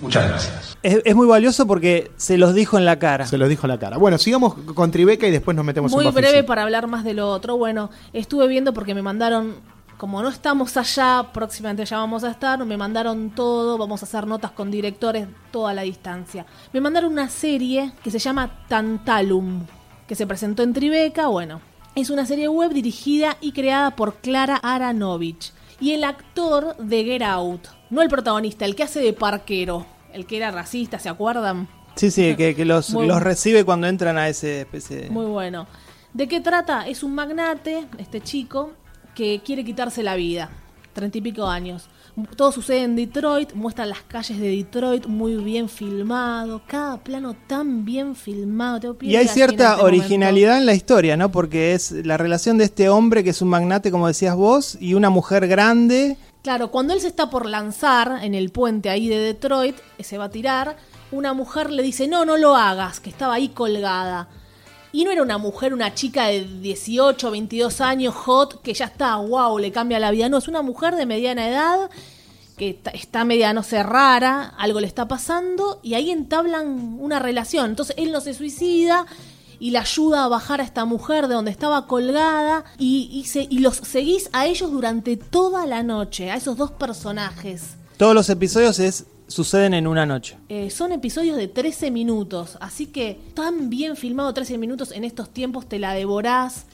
Muchas gracias.
Es, es muy valioso porque se los dijo en la cara.
Se los dijo la cara. Bueno, sigamos con Tribeca y después nos metemos
Muy
en Bafisi.
breve para hablar más de lo otro. Bueno, estuve viendo porque me mandaron, como no estamos allá, próximamente ya vamos a estar, me mandaron todo, vamos a hacer notas con directores, toda la distancia. Me mandaron una serie que se llama Tantalum, que se presentó en Tribeca, bueno. Es una serie web dirigida y creada por Clara Aranovich. Y el actor de Get Out, no el protagonista, el que hace de parquero, el que era racista, ¿se acuerdan?
Sí, sí, que, que los,
Muy-
los recibe cuando entran a ese especie de-
Muy bueno. ¿De qué trata? Es un magnate, este chico, que quiere quitarse la vida. Treinta y pico años. Todo sucede en Detroit, muestran las calles de Detroit muy bien filmado, cada plano tan bien filmado. tengo piel
Y hay
de gallina en
cierta
este momento.
originalidad en la historia, ¿no? Porque es la relación de este hombre que es un magnate, como decías vos, y una mujer grande.
Claro, cuando él se está por lanzar en el puente ahí de Detroit, que se va a tirar, una mujer le dice, no, no lo hagas, que estaba ahí colgada. Y no era una mujer, una chica de 18, 22 años, hot, que ya está, wow, le cambia la vida. No, es una mujer de mediana edad, que está, está media, no sé, rara, algo le está pasando, y ahí entablan una relación. Entonces él no se suicida y la ayuda a bajar a esta mujer de donde estaba colgada y, y se- y los seguís a ellos durante toda la noche, a esos dos personajes.
Todos los episodios es suceden en una noche.
Eh, son episodios de 13 minutos, así que tan bien filmado 13 minutos en estos tiempos te la devorás.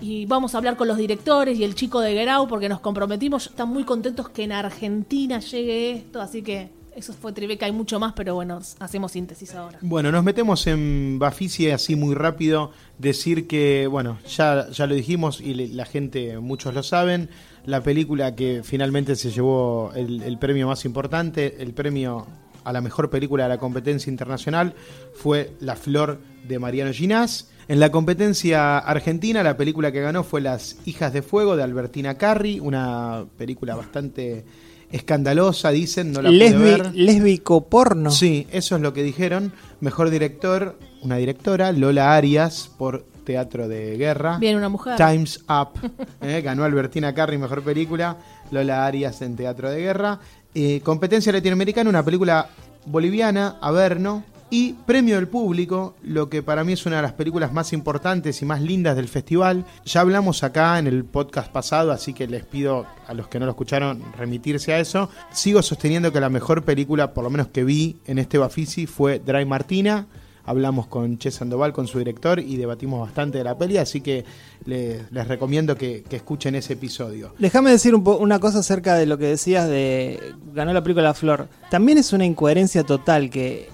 Y vamos a hablar con los directores y el chico de Grau porque nos comprometimos. Están muy contentos que en Argentina llegue esto, así que eso fue Tribeca. Hay mucho más, pero bueno, hacemos síntesis ahora.
Bueno, nos metemos en Bafisi así muy rápido. Decir que, bueno, ya, ya lo dijimos y le- la gente, muchos lo saben. La película que finalmente se llevó el, el premio más importante, el premio a la mejor película de la competencia internacional, fue La Flor de Mariano Ginás. En la competencia argentina, la película que ganó fue Las Hijas de Fuego de Albertina Carri, una película bastante escandalosa, dicen, no la pude ver.
Lesbi, lésbico porno.
Sí, eso es lo que dijeron. Mejor director, una directora, Lola Arias, por Teatro de Guerra.
Bien, una mujer.
Time's Up. eh, ganó Albertina Carri, mejor película. Lola Arias en Teatro de Guerra. Eh, competencia latinoamericana, una película boliviana, Averno. Y premio del público, lo que para mí es una de las películas más importantes y más lindas del festival. Ya hablamos acá en el podcast pasado, así que les pido a los que no lo escucharon remitirse a eso. Sigo sosteniendo que la mejor película, por lo menos que vi en este Bafisi, fue Dry Martina. Hablamos con Che Sandoval, con su director, y debatimos bastante de la peli, así que le- les recomiendo que, que escuchen ese episodio.
Déjame decir un po- una cosa acerca de lo que decías de ganó la película La Flor. También es una incoherencia total que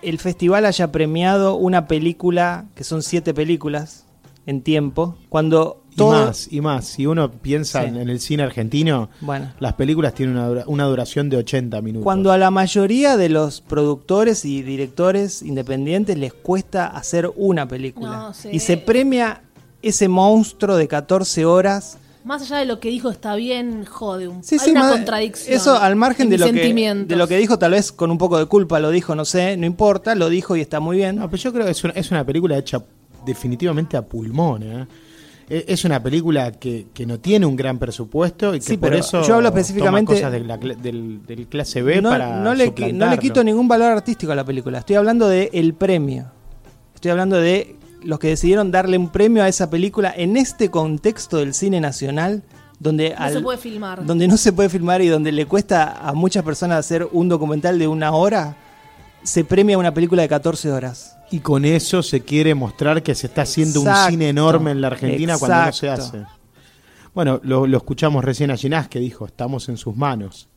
el festival haya premiado una película, que son siete películas en tiempo, cuando
Y
todo...
más, y más. Si uno piensa
Sí.
en, en el cine argentino,
Bueno,
las películas tienen una, dura- una duración de 80 minutos.
cuando a la mayoría de los productores y directores independientes les cuesta hacer una película.
No, sí.
Y se premia ese monstruo de 14 horas
Más allá de lo que dijo está bien, jode un
Sí,
Hay
sí,
una
ma-
contradicción.
Eso al margen
en
de
mis
lo, que,
sentimientos.
de lo que dijo, tal vez con un poco de culpa lo dijo, no sé, no importa, lo dijo y está muy bien.
No, pero yo creo que es una, es una película hecha definitivamente a pulmón. ¿eh? E- Es una película que, que no tiene un gran presupuesto y que
Sí,
por
pero
eso
yo hablo
toma
específicamente-
cosas de la cla- del, del clase B
no,
para
no le, qui- no le
suplantarlo.
quito ningún valor artístico a la película, estoy hablando de el premio. Estoy hablando de los que decidieron darle un premio a esa película en este contexto del cine nacional, donde,
No se puede filmar.
donde no se puede filmar y donde le cuesta a muchas personas hacer un documental de una hora, se premia una película de 14 horas.
Y con eso se quiere mostrar que se está haciendo un
Exacto,
cine enorme en la Argentina cuando no se
exacto.
hace. Bueno, lo, lo escuchamos recién a Ginás que dijo, estamos en sus manos,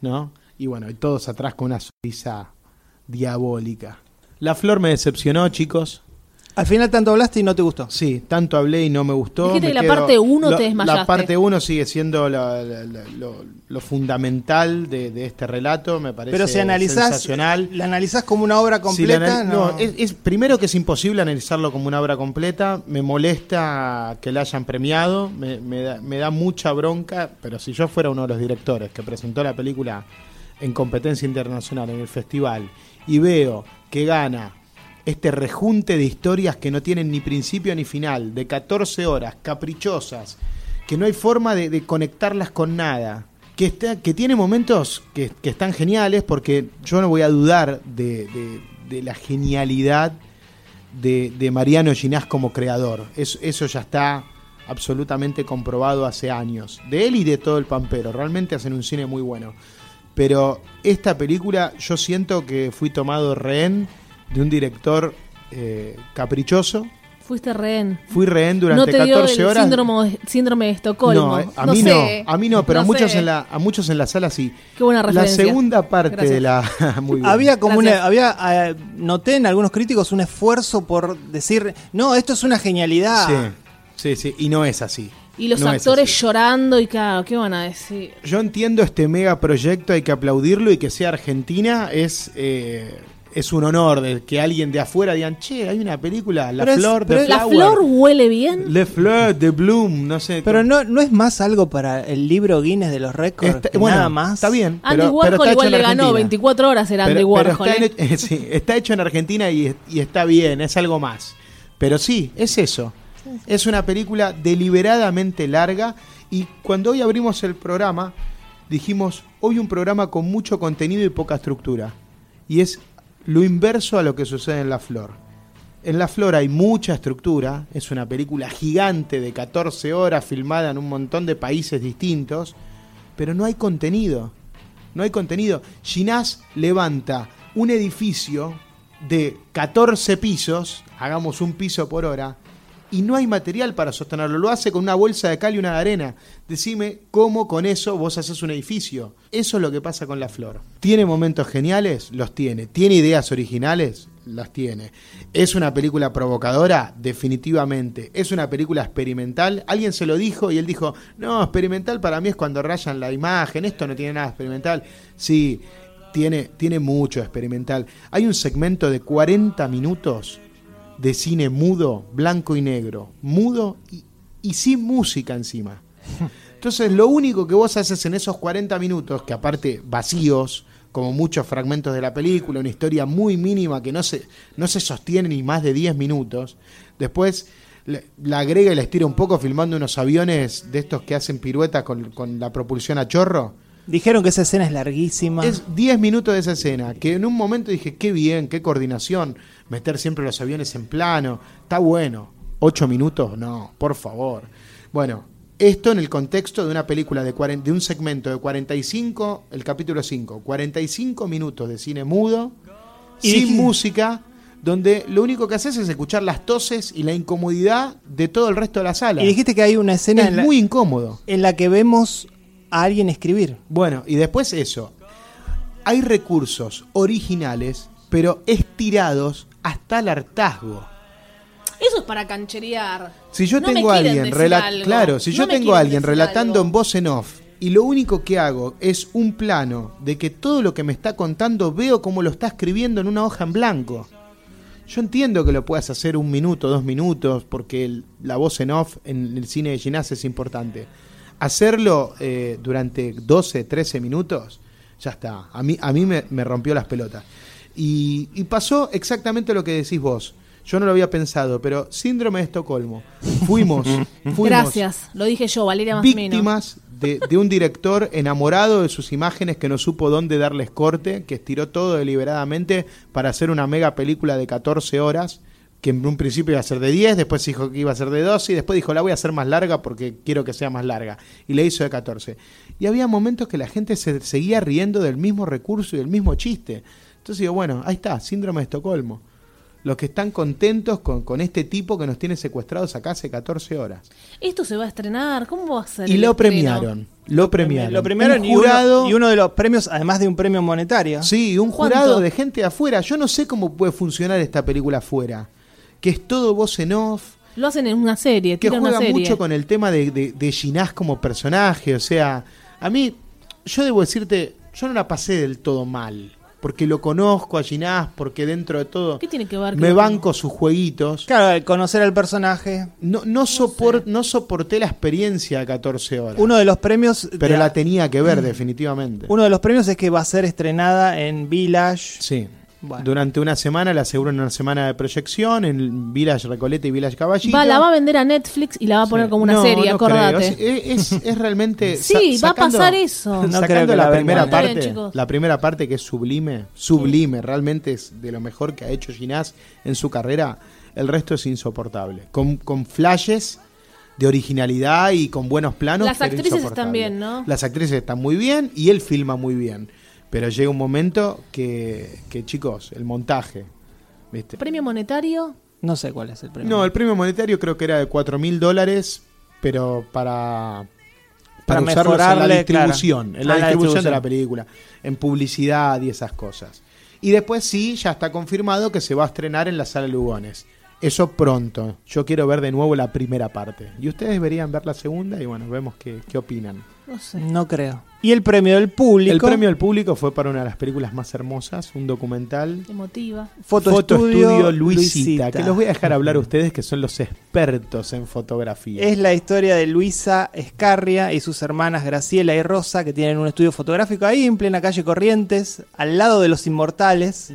¿no? Y bueno, y todos atrás con una sonrisa diabólica. La flor me decepcionó, chicos.
Al final tanto hablaste y no te gustó.
Sí, tanto hablé y no me gustó.
Dijiste
me
que la parte uno
lo-
te
La
desmayaste.
parte 1 sigue siendo la- la- la- lo, lo fundamental de, de este relato, me parece
Pero si analizás,
sensacional.
la analizás como una obra
Si la
completa,
anal-
no.
no, es, es- primero que es imposible analizarlo como una obra completa. Me molesta que la hayan premiado. Me, me da, me da mucha bronca. Pero si yo fuera uno de los directores que presentó la película en competencia internacional en el festival y veo que gana este rejunte de historias que no tienen ni principio ni final, de 14 horas, caprichosas, que no hay forma de, de conectarlas con nada. Que, está, que tiene momentos que, que están geniales, porque yo no voy a dudar de, de- de la genialidad de, de Mariano Ginás como creador. Es- eso ya está absolutamente comprobado hace años. De él y de todo el pampero. Realmente hacen un cine muy bueno. Pero esta película yo siento que fui tomado rehén de un director eh, caprichoso.
Fuiste rehén.
Fui rehén durante
no te
14
dio el
horas.
síndrome, de- síndrome de Estocolmo.
No, eh, a mí
sé.
no, a mí no, pero a
No
muchos
sé.
en la a muchos en la sala sí.
Qué buena
La
referencia.
segunda parte de la muy bien.
Había como
Gracias.
una, había, eh, noté en algunos críticos un esfuerzo por decir, no, esto es una genialidad.
Sí, sí, sí, y no es así.
Y los
No es
actores
así.
llorando y claro, ¿qué van a decir?
Yo entiendo este megaproyecto, hay que aplaudirlo y que sea Argentina es eh, es un honor de que alguien de afuera digan, che, hay una película, La
Pero es-
Flor
pero
de
es-
¿La flor huele bien?
Le Fleur de Bloom, no sé.
Pero no, no es más algo para el libro Guinness de los récords,
Está-
que
bueno,
nada más.
Está bien.
Andy
pero- pero
Warhol
está hecho
igual
en
le ganó
Argentina.
24 horas era Andy
Pero- pero
Warhol. ¿eh?
está, en- sí, está hecho en Argentina y, y está bien, es algo más. Pero sí, es eso. Es una película deliberadamente larga y cuando hoy abrimos el programa dijimos, hoy un programa con mucho contenido y poca estructura. Y es lo inverso a lo que sucede en La Flor. En La Flor hay mucha estructura, es una película gigante de 14 horas filmada en un montón de países distintos, pero no hay contenido. No hay contenido. Ginás levanta un edificio de 14 pisos, hagamos un piso por hora, y no hay material para sostenerlo. Lo hace con una bolsa de cal y una de arena. Decime cómo con eso vos haces un edificio. Eso es lo que pasa con la flor. ¿Tiene momentos geniales? Los tiene. ¿Tiene ideas originales? Las tiene. ¿Es una película provocadora? Definitivamente. ¿Es una película experimental? Alguien se lo dijo y él dijo, no, experimental para mí es cuando rayan la imagen, esto no tiene nada experimental. Sí, tiene, tiene mucho experimental. Hay un segmento de 40 minutos de cine mudo, blanco y negro, mudo y, y, sin música encima. Entonces lo único que vos haces en esos 40 minutos, que aparte vacíos, como muchos fragmentos de la película, una historia muy mínima que no se, no se sostiene ni más de 10 minutos, después la agrega y la estira un poco filmando unos aviones de estos que hacen piruetas con, con la propulsión a chorro.
Dijeron que esa escena es larguísima.
Es 10 minutos de esa escena, que en un momento dije, qué bien, qué coordinación, meter siempre los aviones en plano, está bueno. 8 minutos, no, por favor. Bueno, esto en el contexto de una película de, 40, de un segmento de 45, el capítulo 5, 45 minutos de cine mudo, y sin dije... música, donde lo único que haces es escuchar las toses y la incomodidad de todo el resto de la sala.
Y dijiste que hay una escena
es en muy
la...
incómodo.
En la que vemos a alguien escribir.
Bueno, y después eso. Hay recursos originales, pero estirados hasta el hartazgo.
Eso es para cancherear.
Si yo no tengo a alguien, claro, si no yo tengo a alguien relatando algo. en voz en off y lo único que hago es un plano de que todo lo que me está contando veo como lo está escribiendo en una hoja en blanco. Yo entiendo que lo puedas hacer un minuto, dos minutos, porque el, la voz en off en el cine de Ginás es importante hacerlo eh, durante 12, 13 minutos, ya está. A mí, a mí me, me rompió las pelotas. Y, y, pasó exactamente lo que decís vos. Yo no lo había pensado, pero síndrome de Estocolmo. Fuimos, fuimos
Gracias, lo dije yo, Valeria más
Víctimas de, de, un director enamorado de sus imágenes que no supo dónde darles corte, que estiró todo deliberadamente para hacer una mega película de 14 horas que en un principio iba a ser de 10, después dijo que iba a ser de 12 y después dijo la voy a hacer más larga porque quiero que sea más larga. Y le hizo de 14. Y había momentos que la gente se seguía riendo del mismo recurso y del mismo chiste. Entonces digo, bueno, ahí está, síndrome de Estocolmo. Los que están contentos con, con este tipo que nos tiene secuestrados acá hace 14 horas.
Esto se va a estrenar, ¿cómo va a ser?
Y lo premiaron, lo premiaron.
Lo premiaron
un jurado,
y, uno, y uno de los premios, además de un premio monetario.
Sí, un jurado ¿Cuánto? de gente de afuera. Yo no sé cómo puede funcionar esta película afuera que es todo voz en off.
Lo hacen en una serie,
que juega
una serie.
mucho con el tema de, de, de, Ginás como personaje. O sea, a mí, yo debo decirte, yo no la pasé del todo mal. Porque lo conozco a Ginás, porque dentro de todo.
¿Qué tiene que ver?
Me banco sus jueguitos.
Claro, al conocer al personaje.
No, no, no, sopor, no soporté la experiencia de 14 horas.
Uno de los premios.
Pero
de...
la tenía que ver, definitivamente.
Uno de los premios es que va a ser estrenada en Village.
Sí. Bueno. Durante una semana le aseguran una semana de proyección en Village Recoleta y Village Caballito.
Va, la va a vender a Netflix y la va a poner sí. como una no, serie, no acordate.
O sea, es, es, realmente.
sí, va a pasar eso.
No sacando creo la, la primera parte, bien, la primera parte que es sublime, sublime, sí. realmente es de lo mejor que ha hecho Ginás en su carrera. El resto es insoportable. Con, con flashes de originalidad y con buenos planos.
Las actrices están bien, ¿no?
Las actrices están muy bien y él filma muy bien pero llega un momento que, que chicos, el montaje. ¿viste?
¿Premio monetario?
No sé cuál es el premio.
No, el premio monetario creo que era de 4 mil dólares, pero para, para, para usarlos en la distribución, claro. en la, ah, distribución la distribución de la película, en publicidad y esas cosas. Y después sí, ya está confirmado que se va a estrenar en la sala Lugones. Eso pronto. Yo quiero ver de nuevo la primera parte. Y ustedes deberían ver la segunda y bueno, vemos qué, qué opinan.
No sé. No creo. Y el premio del público.
El premio del público fue para una de las películas más hermosas, un documental.
Emotiva.
Foto, foto estudio, estudio Luisita, Luisita, Que los voy a dejar hablar a ustedes, que son los expertos en fotografía.
Es la historia de Luisa Escarria y sus hermanas Graciela y Rosa, que tienen un estudio fotográfico ahí en plena calle Corrientes, al lado de los inmortales. Mm.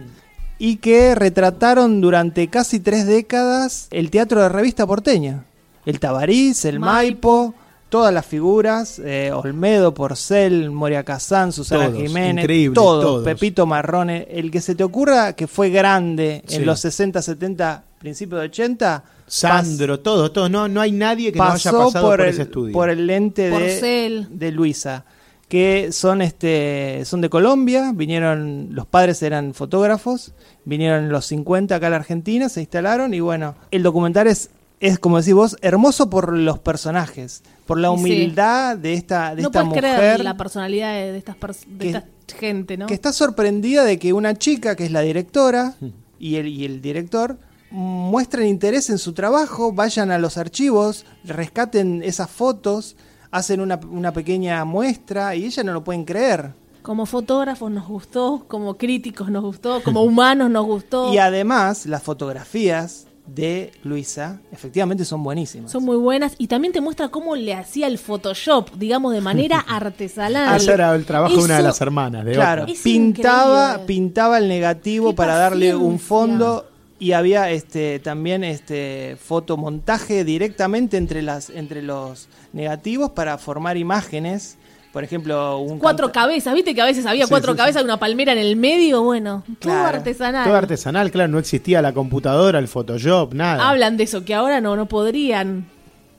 Y que retrataron durante casi tres décadas el teatro de revista porteña. El Tabarís, el Maipo, Maipo todas las figuras, eh, Olmedo, Porcel, Moria Kazán, Susana
todos,
Jiménez,
increíble,
todos,
todos,
Pepito Marrone, el que se te ocurra que fue grande sí. en los 60, 70 principios de 80.
Sandro, todo, todo. No, no hay nadie que no haya
pasó
pasado
por,
por,
el,
ese estudio.
por el lente de,
Porcel.
de Luisa, que son este son de Colombia, vinieron los padres eran fotógrafos, vinieron en los 50 acá a la Argentina, se instalaron y bueno, el documental es es como decís vos, hermoso por los personajes, por la
Y sí.
humildad de esta de
no
esta
puedes
mujer
creer la personalidad de, de estas pers- de
que-
esta gente, ¿no?
que está sorprendida de que una chica, que es la directora, y el, y el director, muestren interés en su trabajo, vayan a los archivos, rescaten esas fotos, hacen una, una pequeña muestra, y ella no lo pueden creer.
Como fotógrafos nos gustó, como críticos nos gustó, como humanos nos gustó.
Y además, las fotografías de Luisa, efectivamente, son buenísimas.
Son muy buenas y también te muestra cómo le hacía el Photoshop, digamos, de manera artesanal.
Ese era el trabajo de una de
Eso-
las hermanas. De
Claro,
otra.
Es
pintaba,
increíble.
pintaba el negativo
Qué
para darle un
paciencia.
fondo y había este también este fotomontaje directamente entre las entre los negativos para formar imágenes, por ejemplo, un
Cuatro
canta-
cabezas, viste que a veces había cuatro cabezas y una palmera en el medio, bueno, todo
Claro.
artesanal.
Todo artesanal, claro, no existía la computadora, el Photoshop, nada.
Hablan de eso, que ahora no, no podrían.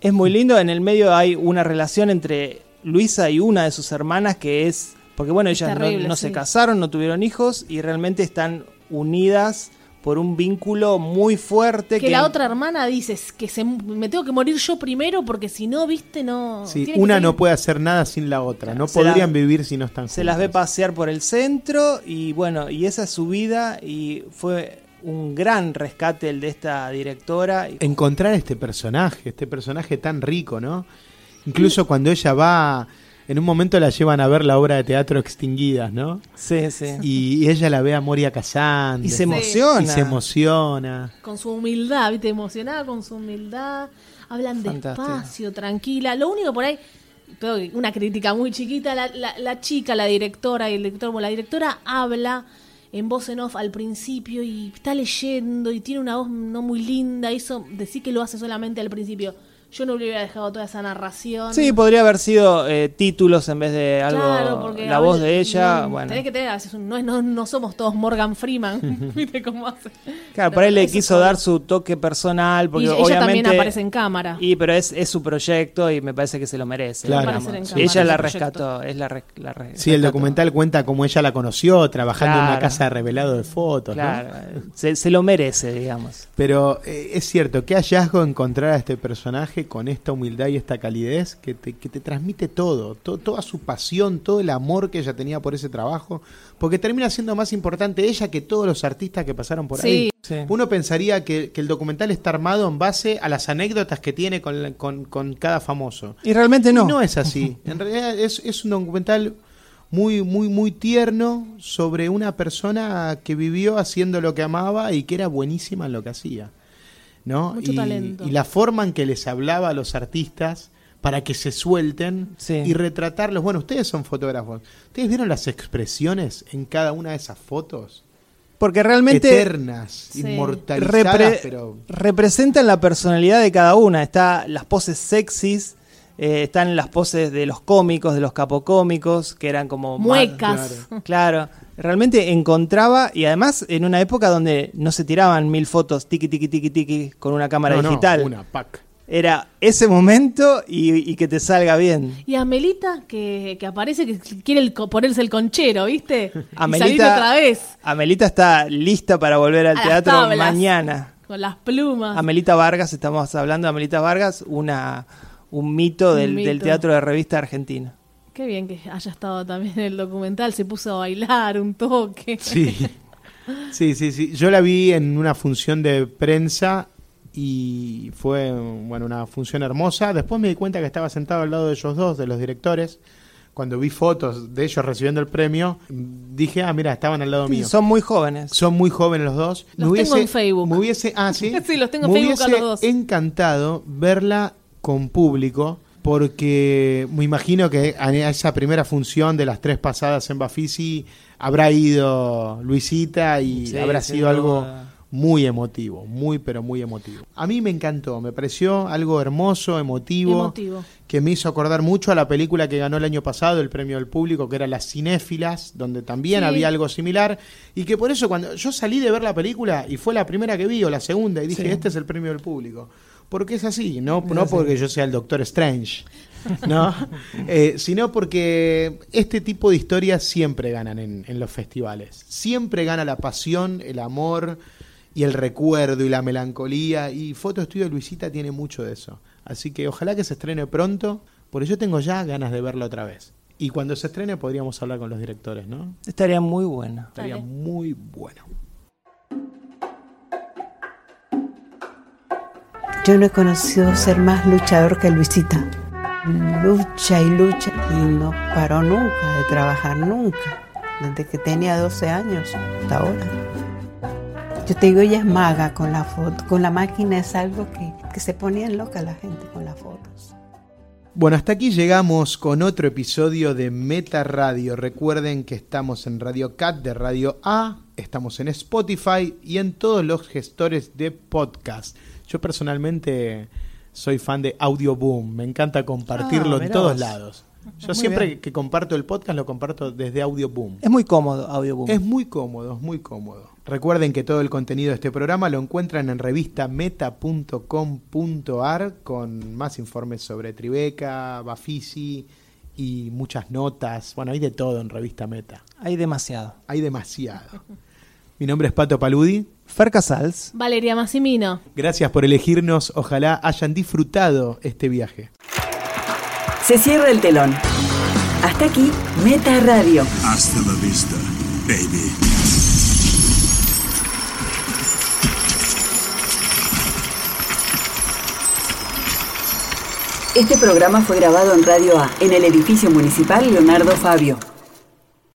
Es muy lindo, en el medio hay una relación entre Luisa y una de sus hermanas que es porque bueno, ellas no-
terrible,
no, se
sí.
casaron, no tuvieron hijos y realmente están unidas por un vínculo muy fuerte
Que, la otra hermana dice "Es que se, me tengo que morir yo primero porque si no, viste, no...
Sí,
tiene que
una
salir".
no puede hacer nada sin la otra. No
Se la-
podrían vivir si no están
Se las ve
juntas.
pasear por el centro y bueno, y esa es su vida y fue un gran rescate el de esta directora. Y-
encontrar este personaje, este personaje tan rico, ¿no? Incluso cuando ella va, en un momento la llevan a ver la obra de teatro Extinguidas, ¿no?
Sí, sí.
Y,
Y,
y ella la ve a Moria Casán.
se emociona.
Y se emociona.
Con su humildad, viste, emocionada con su humildad. Hablan
Fantástico.
despacio, tranquila. Lo único por ahí, tengo que- una crítica muy chiquita, la, la- la chica, la directora y el director, bueno, la directora habla en voz en off al principio y está leyendo y tiene una voz no muy linda. y Eso, decir que lo hace solamente al principio. Yo no le hubiera dejado toda esa narración.
Sí, podría haber sido eh, títulos en vez de algo. la
a
voz
veces
de ella,
no-
bueno.
tenés que tener, a veces un- no, es- no, no somos todos Morgan Freeman. ¿Viste cómo hace?
Claro, por ahí le
Eso
quiso
todo.
dar su toque personal porque
Y ella
obviamente
también aparece en cámara.
Y pero es, es su proyecto y me parece que se lo merece.
Claro.
digamos.
Aparecer en
Y
cámara,
ella la
su proyecto.
rescató, es la, re- la re-
Sí, el
rescató.
documental cuenta cómo ella la conoció trabajando en una
Claro.
casa de revelado de fotos, ¿no?
Claro, se- se lo merece, digamos.
Pero eh, es cierto, qué hallazgo encontrar a este personaje con esta humildad y esta calidez que te, que te transmite todo, to- toda su pasión, todo el amor que ella tenía por ese trabajo, porque termina siendo más importante ella que todos los artistas que pasaron por ahí.
Sí.
Sí.
Uno pensaría que, que el documental está armado en base a las anécdotas que tiene con, la- con- con cada famoso.
Y realmente no.
Y No es así. En realidad es, es un documental muy, muy, muy tierno sobre una persona que vivió haciendo lo que amaba y que era buenísima en lo que hacía. ¿no?
Mucho
y,
talento.
y la forma en que les hablaba a los artistas para que se suelten
Sí.
y retratarlos. Bueno, ustedes son fotógrafos. ¿Ustedes vieron las expresiones en cada una de esas fotos?
Porque realmente
Eternas,
Sí.
inmortalizadas,
repre-
pero...
representan la personalidad de cada una. Está las poses sexys, eh, están las poses de los cómicos, de los capocómicos, que eran como... más-
Muecas.
Claro. Realmente encontraba, y además en una época donde no se tiraban mil fotos tiki tiki tiki tiki con una cámara
No, no,
digital.
una pack.
Era ese momento y, y que te salga bien.
Y Amelita, que, que aparece, que quiere el co- ponerse el conchero, ¿viste? Y salir
Amelita,
otra vez
Amelita está lista para volver al
A las
teatro
tablas.
mañana.
con las plumas.
Amelita Vargas, estamos hablando de Amelita Vargas, una, un mito
Un
del, del
mito.
teatro de revista argentino.
Qué bien que haya estado también en el documental, se puso a bailar un toque.
Sí. Sí, sí, sí. Yo la vi en una función de prensa y fue bueno, una función hermosa. Después me di cuenta que estaba sentado al lado de ellos dos, de los directores. Cuando vi fotos de ellos recibiendo el premio, dije, ah, mira, estaban al lado mío.
Son muy jóvenes.
Son muy jóvenes los dos.
Los tengo en Facebook.
Me hubiese, ah, sí.
Sí, los tengo en
Me
Facebook a
hubiese
los dos.
encantado verla con público. Porque me imagino que a esa primera función de las tres pasadas en Bafisi habrá ido Luisita y
Sí,
habrá
sin
sido algo
duda.
muy emotivo, muy pero muy emotivo. A mí me encantó, me pareció algo hermoso, emotivo,
Emotivo.
que me hizo acordar mucho a la película que ganó el año pasado el premio del público, que era Las Cinéfilas, donde también
Sí.
había algo similar, y que por eso cuando yo salí de ver la película y fue la primera que vi o la segunda, y dije, este es el premio del público. Porque es así, no, no porque yo sea el Doctor Strange, ¿no? Eh, sino porque este tipo de historias siempre ganan en, en los festivales. Siempre gana la pasión, el amor y el recuerdo y la melancolía. Y Foto Estudio Luisita tiene mucho de eso. Así que ojalá que se estrene pronto, porque yo tengo ya ganas de verlo otra vez. Y cuando se estrene podríamos hablar con los directores, ¿no?
Estaría muy buena.
Estaría
Dale.
muy bueno.
Yo no he conocido ser más luchador que Luisita. Lucha y lucha y no paró nunca de trabajar, nunca. Desde que tenía 12 años hasta ahora. Yo te digo, ella es maga con la foto, con la máquina es algo que, que se ponían loca la gente con las fotos.
Bueno, hasta aquí llegamos con otro episodio de Meta Radio. Recuerden que estamos en Radio Cat de Radio A, estamos en Spotify y en todos los gestores de podcast. Yo personalmente soy fan de Audio Boom, me encanta compartirlo
Ah,
en
mirá
todos
vos.
lados. Yo siempre que comparto el podcast lo comparto desde Audio Boom.
Es muy cómodo, Audioboom.
Es muy cómodo, es muy cómodo. Recuerden que todo el contenido de este programa lo encuentran en revista meta.com.ar con más informes sobre Tribeca, Bafisi y muchas notas. Bueno, hay de todo en revista Meta.
Hay demasiado.
Hay demasiado. Mi nombre es Pato Paludi.
Fer Casals.
Valeria Massimino.
Gracias por elegirnos. Ojalá hayan disfrutado este viaje.
Se cierra el telón. Hasta aquí, Meta Radio.
Hasta la vista, baby.
Este programa fue grabado en Radio A, en el edificio municipal Leonardo Fabio.